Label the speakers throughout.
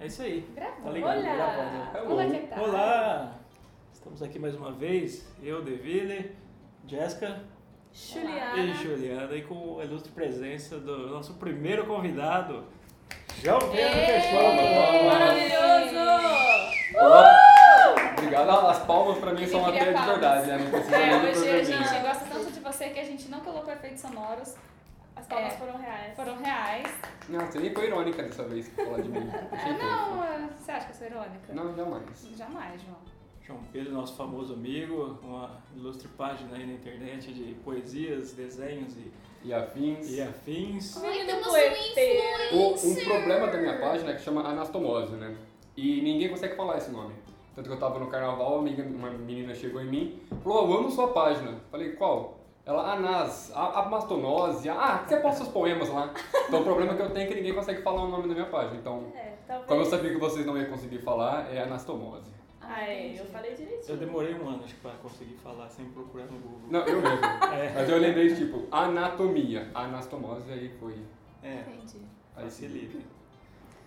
Speaker 1: É isso aí.
Speaker 2: Gravou.
Speaker 1: Tá ligado?
Speaker 2: Olá.
Speaker 1: Gravando.
Speaker 2: Olá, que tal?
Speaker 1: Olá! Estamos aqui mais uma vez, eu, Deville, Jéssica
Speaker 2: Juliana.
Speaker 1: e Juliana, e com a ilustre presença do nosso primeiro convidado, João Pedro Pessoa.
Speaker 3: Maravilha.
Speaker 2: Maravilhoso!
Speaker 3: Obrigado. Ah, As palmas pra mim são
Speaker 2: Ele
Speaker 3: uma
Speaker 2: queria
Speaker 3: teia de
Speaker 2: palmas.
Speaker 3: verdade, né? Não precisa
Speaker 2: É,
Speaker 3: nem do
Speaker 2: hoje a
Speaker 3: programinha.
Speaker 2: gente gosta tanto de você que a gente não colocou efeitos sonoros.
Speaker 4: As palmas
Speaker 2: É.
Speaker 4: foram reais.
Speaker 2: Foram reais.
Speaker 3: Não, você nem foi irônica dessa vez pra falar de mim.
Speaker 2: Ah, não, eh, você acha que eu sou irônica?
Speaker 3: Não, jamais.
Speaker 2: Jamais, João.
Speaker 1: João Pedro, nosso famoso amigo, uma ilustre página aí na internet de poesias, desenhos e,
Speaker 3: E afins.
Speaker 1: e afins.
Speaker 4: Menino
Speaker 2: temos um
Speaker 4: poeteiro.
Speaker 3: O, um problema da minha página é que chama anastomose, né? E ninguém consegue falar esse nome. Tanto que eu tava no carnaval, uma amiga- uma menina chegou em mim, falou, eu amo sua página. Falei, qual? Ela, anas, a- abastonose, ah, você posta os poemas lá. Então o problema que eu tenho é que ninguém consegue falar o nome da minha página. Então,
Speaker 4: É, talvez.
Speaker 3: como eu sabia que vocês não iam conseguir falar, é anastomose.
Speaker 4: Ah, é, eu falei
Speaker 1: Eu
Speaker 4: direitinho.
Speaker 1: demorei um ano, acho que, pra conseguir falar sem procurar no Google.
Speaker 3: Não, eu mesmo.
Speaker 1: É,
Speaker 3: Mas eu lembrei, tipo, anatomia. Anastomose aí foi.
Speaker 1: é,
Speaker 2: Entendi.
Speaker 3: Aí se liga.
Speaker 1: facilita.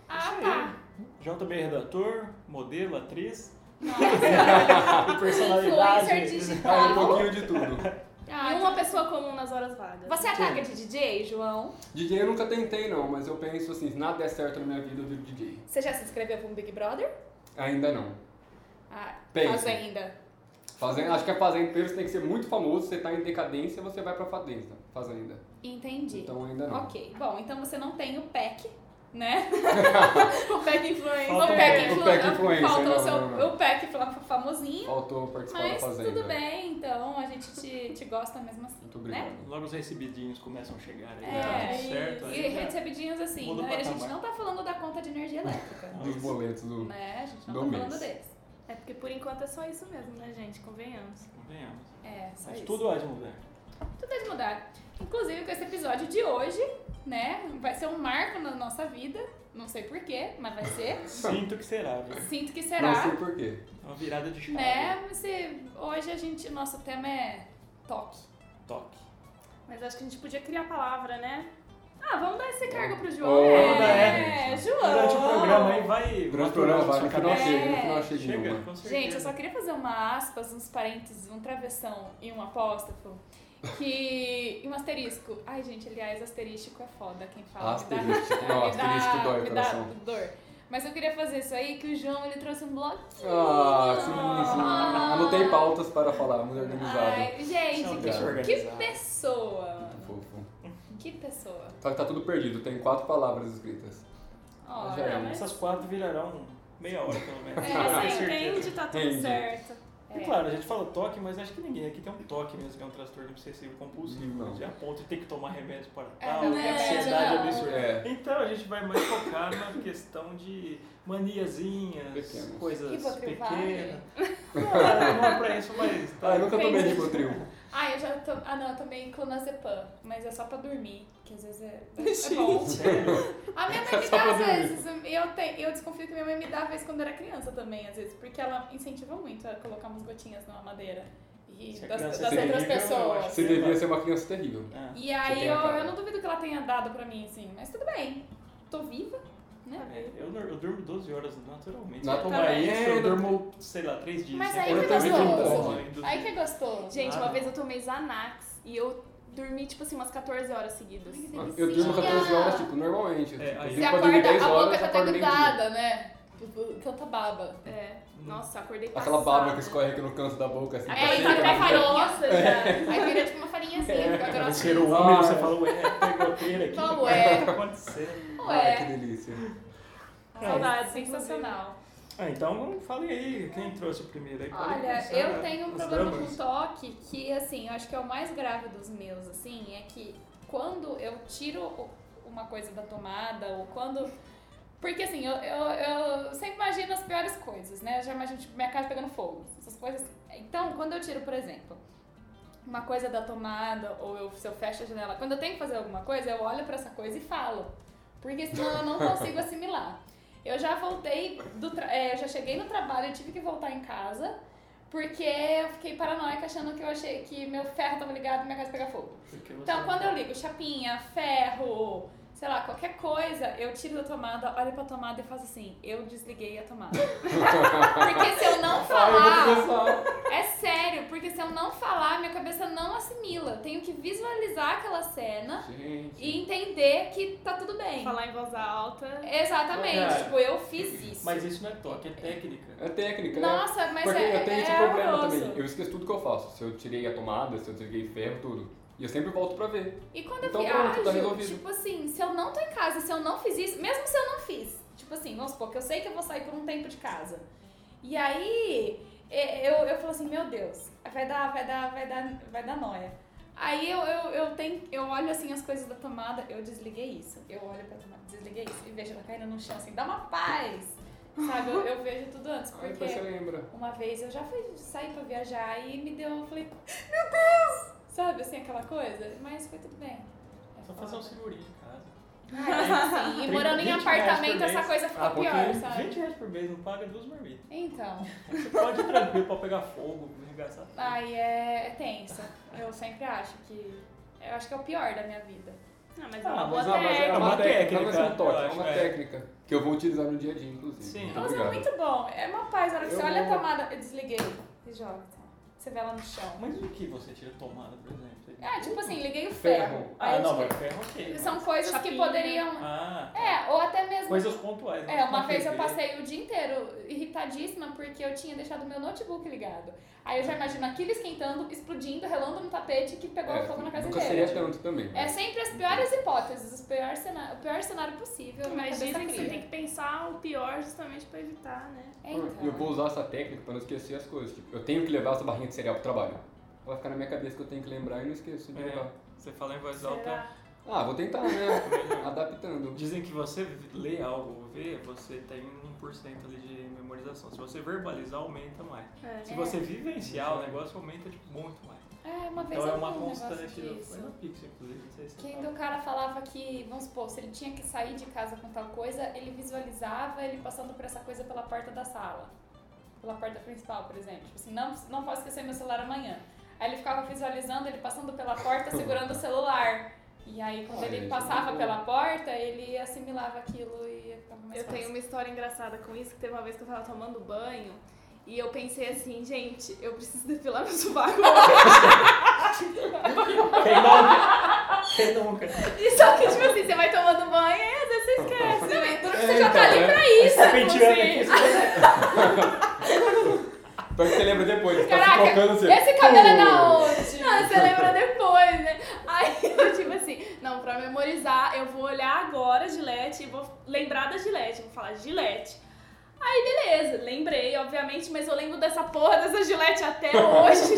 Speaker 2: Ah,
Speaker 1: Isso aí.
Speaker 2: tá.
Speaker 1: João também é redator, modelo, atriz.
Speaker 2: Nossa.
Speaker 1: E personalidade.
Speaker 2: Influencer
Speaker 3: Ah, um
Speaker 2: digital.
Speaker 3: pouquinho de tudo.
Speaker 2: Ah,
Speaker 4: E uma pessoa comum nas horas vagas.
Speaker 2: Você ataca de DJ, João?
Speaker 3: DJ eu nunca tentei, não, mas eu penso assim, se nada der certo na minha vida, eu viro DJ.
Speaker 2: Você já se inscreveu para um Big Brother?
Speaker 3: Ainda não.
Speaker 2: Ah,
Speaker 3: Pensa.
Speaker 2: mas ainda.
Speaker 3: Fazenda, acho que a Fazenda primeiro você tem que ser muito famoso, você tá em decadência, você vai pra Fazenda. Fazenda.
Speaker 2: Entendi.
Speaker 3: Então ainda não.
Speaker 2: Ok, bom, então você não tem o PEC, né? o PEC influencer.
Speaker 1: Falta um
Speaker 2: O
Speaker 1: o
Speaker 2: PEC
Speaker 1: PEC.
Speaker 2: influ-
Speaker 3: O PEC influencer,
Speaker 2: Falta o
Speaker 3: não,
Speaker 2: seu
Speaker 3: não, não.
Speaker 2: o PEC fla- famosinho.
Speaker 3: Faltou participar
Speaker 2: Mas
Speaker 3: da Fazenda.
Speaker 2: tudo bem, então a gente te, te gosta mesmo assim.
Speaker 3: Muito
Speaker 2: né?
Speaker 3: obrigado.
Speaker 1: Logo os recebidinhos começam a chegar aí,
Speaker 2: É,
Speaker 1: tá
Speaker 4: isso.
Speaker 1: tudo certo. aí
Speaker 2: E
Speaker 1: já-
Speaker 2: recebidinhos assim,
Speaker 1: Muda o
Speaker 2: né? a gente
Speaker 1: patamar.
Speaker 2: não tá falando da conta de energia elétrica.
Speaker 1: é
Speaker 3: Dos boletos do.
Speaker 2: né? A gente não
Speaker 3: Do
Speaker 2: tá
Speaker 3: Hum. mês.
Speaker 2: falando deles.
Speaker 4: É porque por enquanto é só isso mesmo, né, gente? Convenhamos.
Speaker 1: Convenhamos.
Speaker 2: É, só
Speaker 1: Mas
Speaker 2: isso.
Speaker 1: tudo ótimo, velho.
Speaker 2: Tudo é de mudar. Inclusive com esse episódio de hoje, né? Vai ser um marco na nossa vida. Não sei porquê, mas vai ser.
Speaker 1: Sinto que será, viu? É
Speaker 2: Sinto que
Speaker 3: Não
Speaker 2: será.
Speaker 3: sei porquê.
Speaker 1: Uma virada de chave.
Speaker 2: Né? Você, hoje a gente, o nosso tema é toque.
Speaker 1: Toque.
Speaker 4: Mas acho que a gente podia criar a palavra, né? Ah, vamos dar esse cargo pro João.
Speaker 3: Oh,
Speaker 2: é,
Speaker 3: né?
Speaker 2: João.
Speaker 1: Durante o programa aí vai.
Speaker 3: Durante o programa vai, no final
Speaker 2: É.
Speaker 3: chega, no final chega em
Speaker 1: Chega,
Speaker 3: uma.
Speaker 1: com certeza.
Speaker 2: Gente, eu só queria fazer uma aspas, uns parênteses, um travessão e um apóstrofo. Que. E um asterisco. Ai, gente, aliás, asterístico é foda quem fala. Me dá-
Speaker 3: Asterístico. Não,
Speaker 2: me dá-
Speaker 3: asterístico dói o
Speaker 2: me dá
Speaker 3: coração.
Speaker 2: dor. Mas eu queria fazer isso aí, que o João ele trouxe um bloquinho.
Speaker 3: Ah, sim, sim.
Speaker 2: Ah.
Speaker 3: Anotei pautas para falar, muito organizado.
Speaker 2: Ai,
Speaker 1: Isso é
Speaker 2: gente,
Speaker 1: uma
Speaker 2: que,
Speaker 3: pessoa
Speaker 2: que
Speaker 1: organizada.
Speaker 2: pessoa!
Speaker 3: Muito Tá fofo.
Speaker 2: Que pessoa.
Speaker 3: Só que tá tudo perdido, tem quatro palavras escritas.
Speaker 2: Ó,
Speaker 3: Já é.
Speaker 1: Essas quatro virarão meia hora, pelo menos.
Speaker 2: É,
Speaker 1: Com
Speaker 4: Você
Speaker 1: certeza.
Speaker 4: entende, tá tudo
Speaker 3: Entendi.
Speaker 4: certo.
Speaker 3: É
Speaker 1: E claro, a gente fala toque, mas acho que ninguém aqui tem um toque mesmo, que é um transtorno obsessivo compulsivo,
Speaker 3: Não.
Speaker 1: né? a ponto de ter que tomar remédio para
Speaker 2: É,
Speaker 1: tal,
Speaker 2: não,
Speaker 1: que
Speaker 2: é,
Speaker 1: ansiedade
Speaker 2: não.
Speaker 1: absurda.
Speaker 3: É.
Speaker 1: Então a gente vai mais focar na questão de maniazinhas,
Speaker 3: Pequenas.
Speaker 2: Que
Speaker 1: coisas
Speaker 2: vou privar,
Speaker 1: pequenas. Não, não é pra isso, mas tá.
Speaker 3: Ah, eu nunca tomei
Speaker 2: Entendi.
Speaker 3: Ribotril.
Speaker 2: Ah, eu já tô... Ah, não, eu tomei clonazepam, mas é só pra dormir, que às vezes é, é bom.
Speaker 3: Gente.
Speaker 2: A minha mãe me
Speaker 3: Só
Speaker 2: dá
Speaker 3: pra
Speaker 2: às
Speaker 3: dormir.
Speaker 2: vezes, e eu, te, eu desconfio que minha mãe me dá às vezes quando era criança também, às vezes, porque ela incentiva muito a colocar umas gotinhas na madeira e
Speaker 1: Se a
Speaker 2: das,
Speaker 1: criança
Speaker 2: das outras
Speaker 3: é
Speaker 1: terrível, eu acho
Speaker 2: pessoas.
Speaker 3: Você devia ser uma criança terrível.
Speaker 1: Ah,
Speaker 2: E
Speaker 3: Você
Speaker 2: aí
Speaker 3: tem
Speaker 2: eu,
Speaker 3: a cara.
Speaker 2: eu não duvido que ela tenha dado pra mim, assim, mas tudo bem, tô viva, né?
Speaker 1: é, eu, dur- eu durmo 12 horas naturalmente. Se eu
Speaker 3: Naturalmente.
Speaker 1: tomar isso, eu
Speaker 3: É,
Speaker 1: durmo, sei lá, 3 dias.
Speaker 2: Mas
Speaker 1: Se
Speaker 2: aí tá
Speaker 1: acordar
Speaker 3: que é
Speaker 1: também,
Speaker 3: gostoso.
Speaker 1: eu durmo.
Speaker 2: Aí que é gostoso.
Speaker 4: Gente,
Speaker 1: Ah,
Speaker 4: uma
Speaker 1: não.
Speaker 4: vez eu tomei Xanax e eu dormi, tipo assim, umas 14 horas seguidas.
Speaker 3: Eu durmo 14 horas, tipo, normalmente. Eu,
Speaker 1: É,
Speaker 3: tipo,
Speaker 1: aí-
Speaker 2: Você
Speaker 3: eu durmo pra dormir
Speaker 2: acorda,
Speaker 3: 10
Speaker 2: a boca
Speaker 3: horas,
Speaker 2: tá
Speaker 3: eu acordo meio-dia.
Speaker 2: grudada, né? Tanta baba.
Speaker 4: É. Nossa, acordei passada.
Speaker 3: Aquela baba que escorre aqui no canto da boca, assim.
Speaker 2: É,
Speaker 3: pra
Speaker 2: aí
Speaker 3: sempre,
Speaker 2: tá
Speaker 3: né?
Speaker 2: uma farofa.
Speaker 3: É.
Speaker 4: já.
Speaker 2: Aí vira tipo uma farinha assim, fica
Speaker 1: Cara,
Speaker 2: grossa.
Speaker 1: cheiro
Speaker 3: Ah.
Speaker 1: úmido, você fala, ué, pegou pera aqui.
Speaker 2: Fala,
Speaker 1: O que
Speaker 2: ué.
Speaker 1: tá acontecendo?
Speaker 3: Ai, que
Speaker 2: Ué.
Speaker 3: delícia.
Speaker 4: Saudades,
Speaker 2: sensacional.
Speaker 1: Ah, então falem aí, quem trouxe o primeiro aí? Pode
Speaker 2: Olha,
Speaker 1: começar, né,
Speaker 2: eu tenho
Speaker 1: as
Speaker 2: um problema
Speaker 1: damas.
Speaker 2: com toque que, assim, eu acho que é o mais grave dos meus, assim, é que quando eu tiro o- uma coisa da tomada ou quando... Porque, assim, eu, eu, eu sempre imagino as piores coisas, né? Eu já imagino, tipo, minha casa pegando fogo, essas coisas. Então, quando eu tiro, por exemplo, uma coisa da tomada ou eu, se eu fecho a janela, quando eu tenho que fazer alguma coisa, eu olho pra essa coisa e falo. Porque senão eu não consigo assimilar. Eu já voltei do tra- eh, eu já cheguei no trabalho, eu tive que voltar em casa, porque eu fiquei paranoica achando que eu achei que meu ferro tava ligado e minha casa pegar fogo.
Speaker 1: Porque você- é
Speaker 2: Então quando eu ligo chapinha, ferro, sei lá, qualquer coisa, eu tiro da tomada, olho pra tomada e faço assim, eu desliguei a tomada. porque se eu
Speaker 3: Ah,
Speaker 2: não
Speaker 3: Ai,
Speaker 2: falar,
Speaker 3: meu Deus,
Speaker 2: é sério, porque se eu não falar, minha cabeça não assimila. Eu tenho que visualizar aquela cena
Speaker 3: Gente.
Speaker 2: e entender que tá tudo bem.
Speaker 4: Falar em voz alta.
Speaker 2: Exatamente,
Speaker 1: Cara,
Speaker 2: tipo, eu fiz isso.
Speaker 1: Mas isso não é toque, é técnica.
Speaker 3: É técnica, né?
Speaker 2: Nossa, mas
Speaker 3: Porque
Speaker 2: é,
Speaker 3: eu tenho
Speaker 2: é
Speaker 3: esse problema
Speaker 2: horroroso.
Speaker 3: também. Eu esqueço tudo que eu faço. Se eu tirei a tomada, se eu tirei ferro, tudo. E eu sempre volto pra ver.
Speaker 2: E quando
Speaker 3: Então
Speaker 2: eu
Speaker 3: pronto,
Speaker 2: viajo,
Speaker 3: tá resolvido.
Speaker 2: tipo assim, se eu não tô em casa, se eu não fiz isso, mesmo se eu não fiz, tipo assim, vamos supor que eu sei que eu vou sair por um tempo de casa. E aí é, eu, eu falo assim, meu Deus, vai dar, vai dar, vai dar, vai dar noia. Aí eu, eu, eu, tenho, eu olho assim as coisas da tomada, eu desliguei isso. Eu olho pra tomada, desliguei isso e vejo ela caindo no chão assim, dá uma paz! Sabe, eu, eu vejo tudo antes,
Speaker 3: Aí depois você
Speaker 2: porque
Speaker 3: lembra.
Speaker 2: uma vez eu já fui sair pra viajar e me deu, eu falei, meu Deus! Sabe, assim, aquela coisa? Mas foi tudo bem. É
Speaker 1: Só
Speaker 2: foda.
Speaker 1: fazer um segurinho em casa.
Speaker 2: Ah, sim, e morando em
Speaker 1: 20 reais
Speaker 2: apartamento
Speaker 1: por
Speaker 2: essa
Speaker 1: mês. um
Speaker 2: coisa ficou
Speaker 3: Ah, porque
Speaker 2: pior,
Speaker 1: Porque
Speaker 2: sabe?
Speaker 1: 20 reais por mês não paga duas marmitas.
Speaker 2: Então,
Speaker 1: Você pode ir tranquilo pra pegar fogo, arregaçar tudo.
Speaker 2: aí é, é tenso. Eu sempre acho que. Eu acho que é o pior da minha vida.
Speaker 4: Ah, mas é
Speaker 1: Ah,
Speaker 4: uma boa
Speaker 1: mas é uma-
Speaker 4: técnica.
Speaker 1: é uma técnica,
Speaker 3: Não vai ser um toque,
Speaker 1: eu
Speaker 3: é
Speaker 1: acho,
Speaker 3: uma
Speaker 1: é.
Speaker 3: técnica. Que eu vou utilizar no dia a dia, inclusive.
Speaker 1: Sim.
Speaker 3: Muito
Speaker 2: Nossa, é
Speaker 3: obrigado.
Speaker 2: muito bom. É uma paz. A hora que
Speaker 3: Eu
Speaker 2: você olha a
Speaker 3: vou-
Speaker 2: tomada, eu desliguei e joga. tá? Você vê ela no chão.
Speaker 1: Mas o que você tira tomada, por exemplo? Você-
Speaker 2: É, tipo assim, liguei o
Speaker 3: Ferro.
Speaker 2: ferro.
Speaker 1: Ah,
Speaker 2: Aí
Speaker 1: não,
Speaker 2: eu
Speaker 1: mas ferro ok. né?
Speaker 2: desliguei. São coisas que
Speaker 4: Chapinha.
Speaker 2: poderiam.
Speaker 1: Ah,
Speaker 2: É, ou até mesmo.
Speaker 1: coisas pontuais. né?
Speaker 2: É,
Speaker 1: não
Speaker 2: uma
Speaker 1: na
Speaker 2: vez eu
Speaker 1: TV.
Speaker 2: passei o dia inteiro irritadíssima porque eu tinha deixado meu notebook ligado. Aí eu já imagino aquilo esquentando, explodindo, relando no tapete que pegou
Speaker 3: É,
Speaker 2: fogo na casa
Speaker 3: nunca
Speaker 2: inteira.
Speaker 3: seria tanto também.
Speaker 2: É sempre as piores hipóteses, o pior cenário, o pior cenário possível. minha
Speaker 4: Mas
Speaker 2: cabeça
Speaker 4: dizem que você
Speaker 2: cria.
Speaker 4: tem que pensar o pior justamente pra evitar, né?
Speaker 2: É, então.
Speaker 3: Eu vou usar essa técnica pra não esquecer as coisas. Tipo, eu tenho que levar essa barrinha de cereal pro trabalho. Ela Vai ficar na minha cabeça que eu tenho que lembrar e não esqueço de
Speaker 1: É.
Speaker 3: levar.
Speaker 1: Você fala em voz alta.
Speaker 4: Será?
Speaker 3: Ah, vou tentar, né? Adaptando.
Speaker 1: Dizem que você lê algo ou vê, você tem 1% ali de memorização. Se você verbalizar, aumenta mais.
Speaker 4: É.
Speaker 1: Se
Speaker 2: É.
Speaker 1: você vivenciar o negócio, aumenta tipo, muito mais.
Speaker 2: É, uma vez
Speaker 1: Então é
Speaker 2: eu
Speaker 1: uma
Speaker 2: vi um
Speaker 1: constante.
Speaker 2: negócio
Speaker 1: do-
Speaker 2: disso.
Speaker 1: Foi no Pix, inclusive, não sei se é
Speaker 2: Que
Speaker 1: você
Speaker 2: ainda o cara falava que, vamos supor, se ele tinha que sair de casa com tal coisa, ele visualizava ele passando por essa coisa pela porta da sala. Pela porta principal, por exemplo. Tipo assim, não, não posso esquecer meu celular amanhã. Aí ele ficava visualizando ele passando pela porta segurando o celular. E aí quando
Speaker 3: Ah,
Speaker 2: ele
Speaker 3: isso é
Speaker 2: passava
Speaker 3: bom.
Speaker 2: pela porta, ele assimilava aquilo e ficava mais
Speaker 4: Eu
Speaker 2: fácil.
Speaker 4: tenho uma história engraçada com isso, que teve uma vez que eu tava tomando banho e eu pensei assim, gente, eu preciso depilar meu sovaco.
Speaker 1: Quem nunca? Quem nunca?
Speaker 4: e só que, tipo assim, você vai tomando banho e às vezes você esquece. né?
Speaker 2: Não, então
Speaker 3: É,
Speaker 2: você já tá
Speaker 3: então,
Speaker 2: ali
Speaker 3: é.
Speaker 2: pra isso,
Speaker 1: Tá penteando
Speaker 2: inclusive.
Speaker 1: aqui. você-
Speaker 3: Então você lembra depois, você tá se
Speaker 2: Caraca,
Speaker 3: trocando assim.
Speaker 2: esse cabelo é da
Speaker 3: Pô.
Speaker 2: onde?
Speaker 4: Não, você lembra depois, né? Aí eu, tipo assim, não, pra memorizar, eu vou olhar agora a Gillette e vou lembrar da Gillette, vou falar Gillette. Aí beleza, lembrei, obviamente, mas eu lembro dessa porra dessa Gillette até hoje,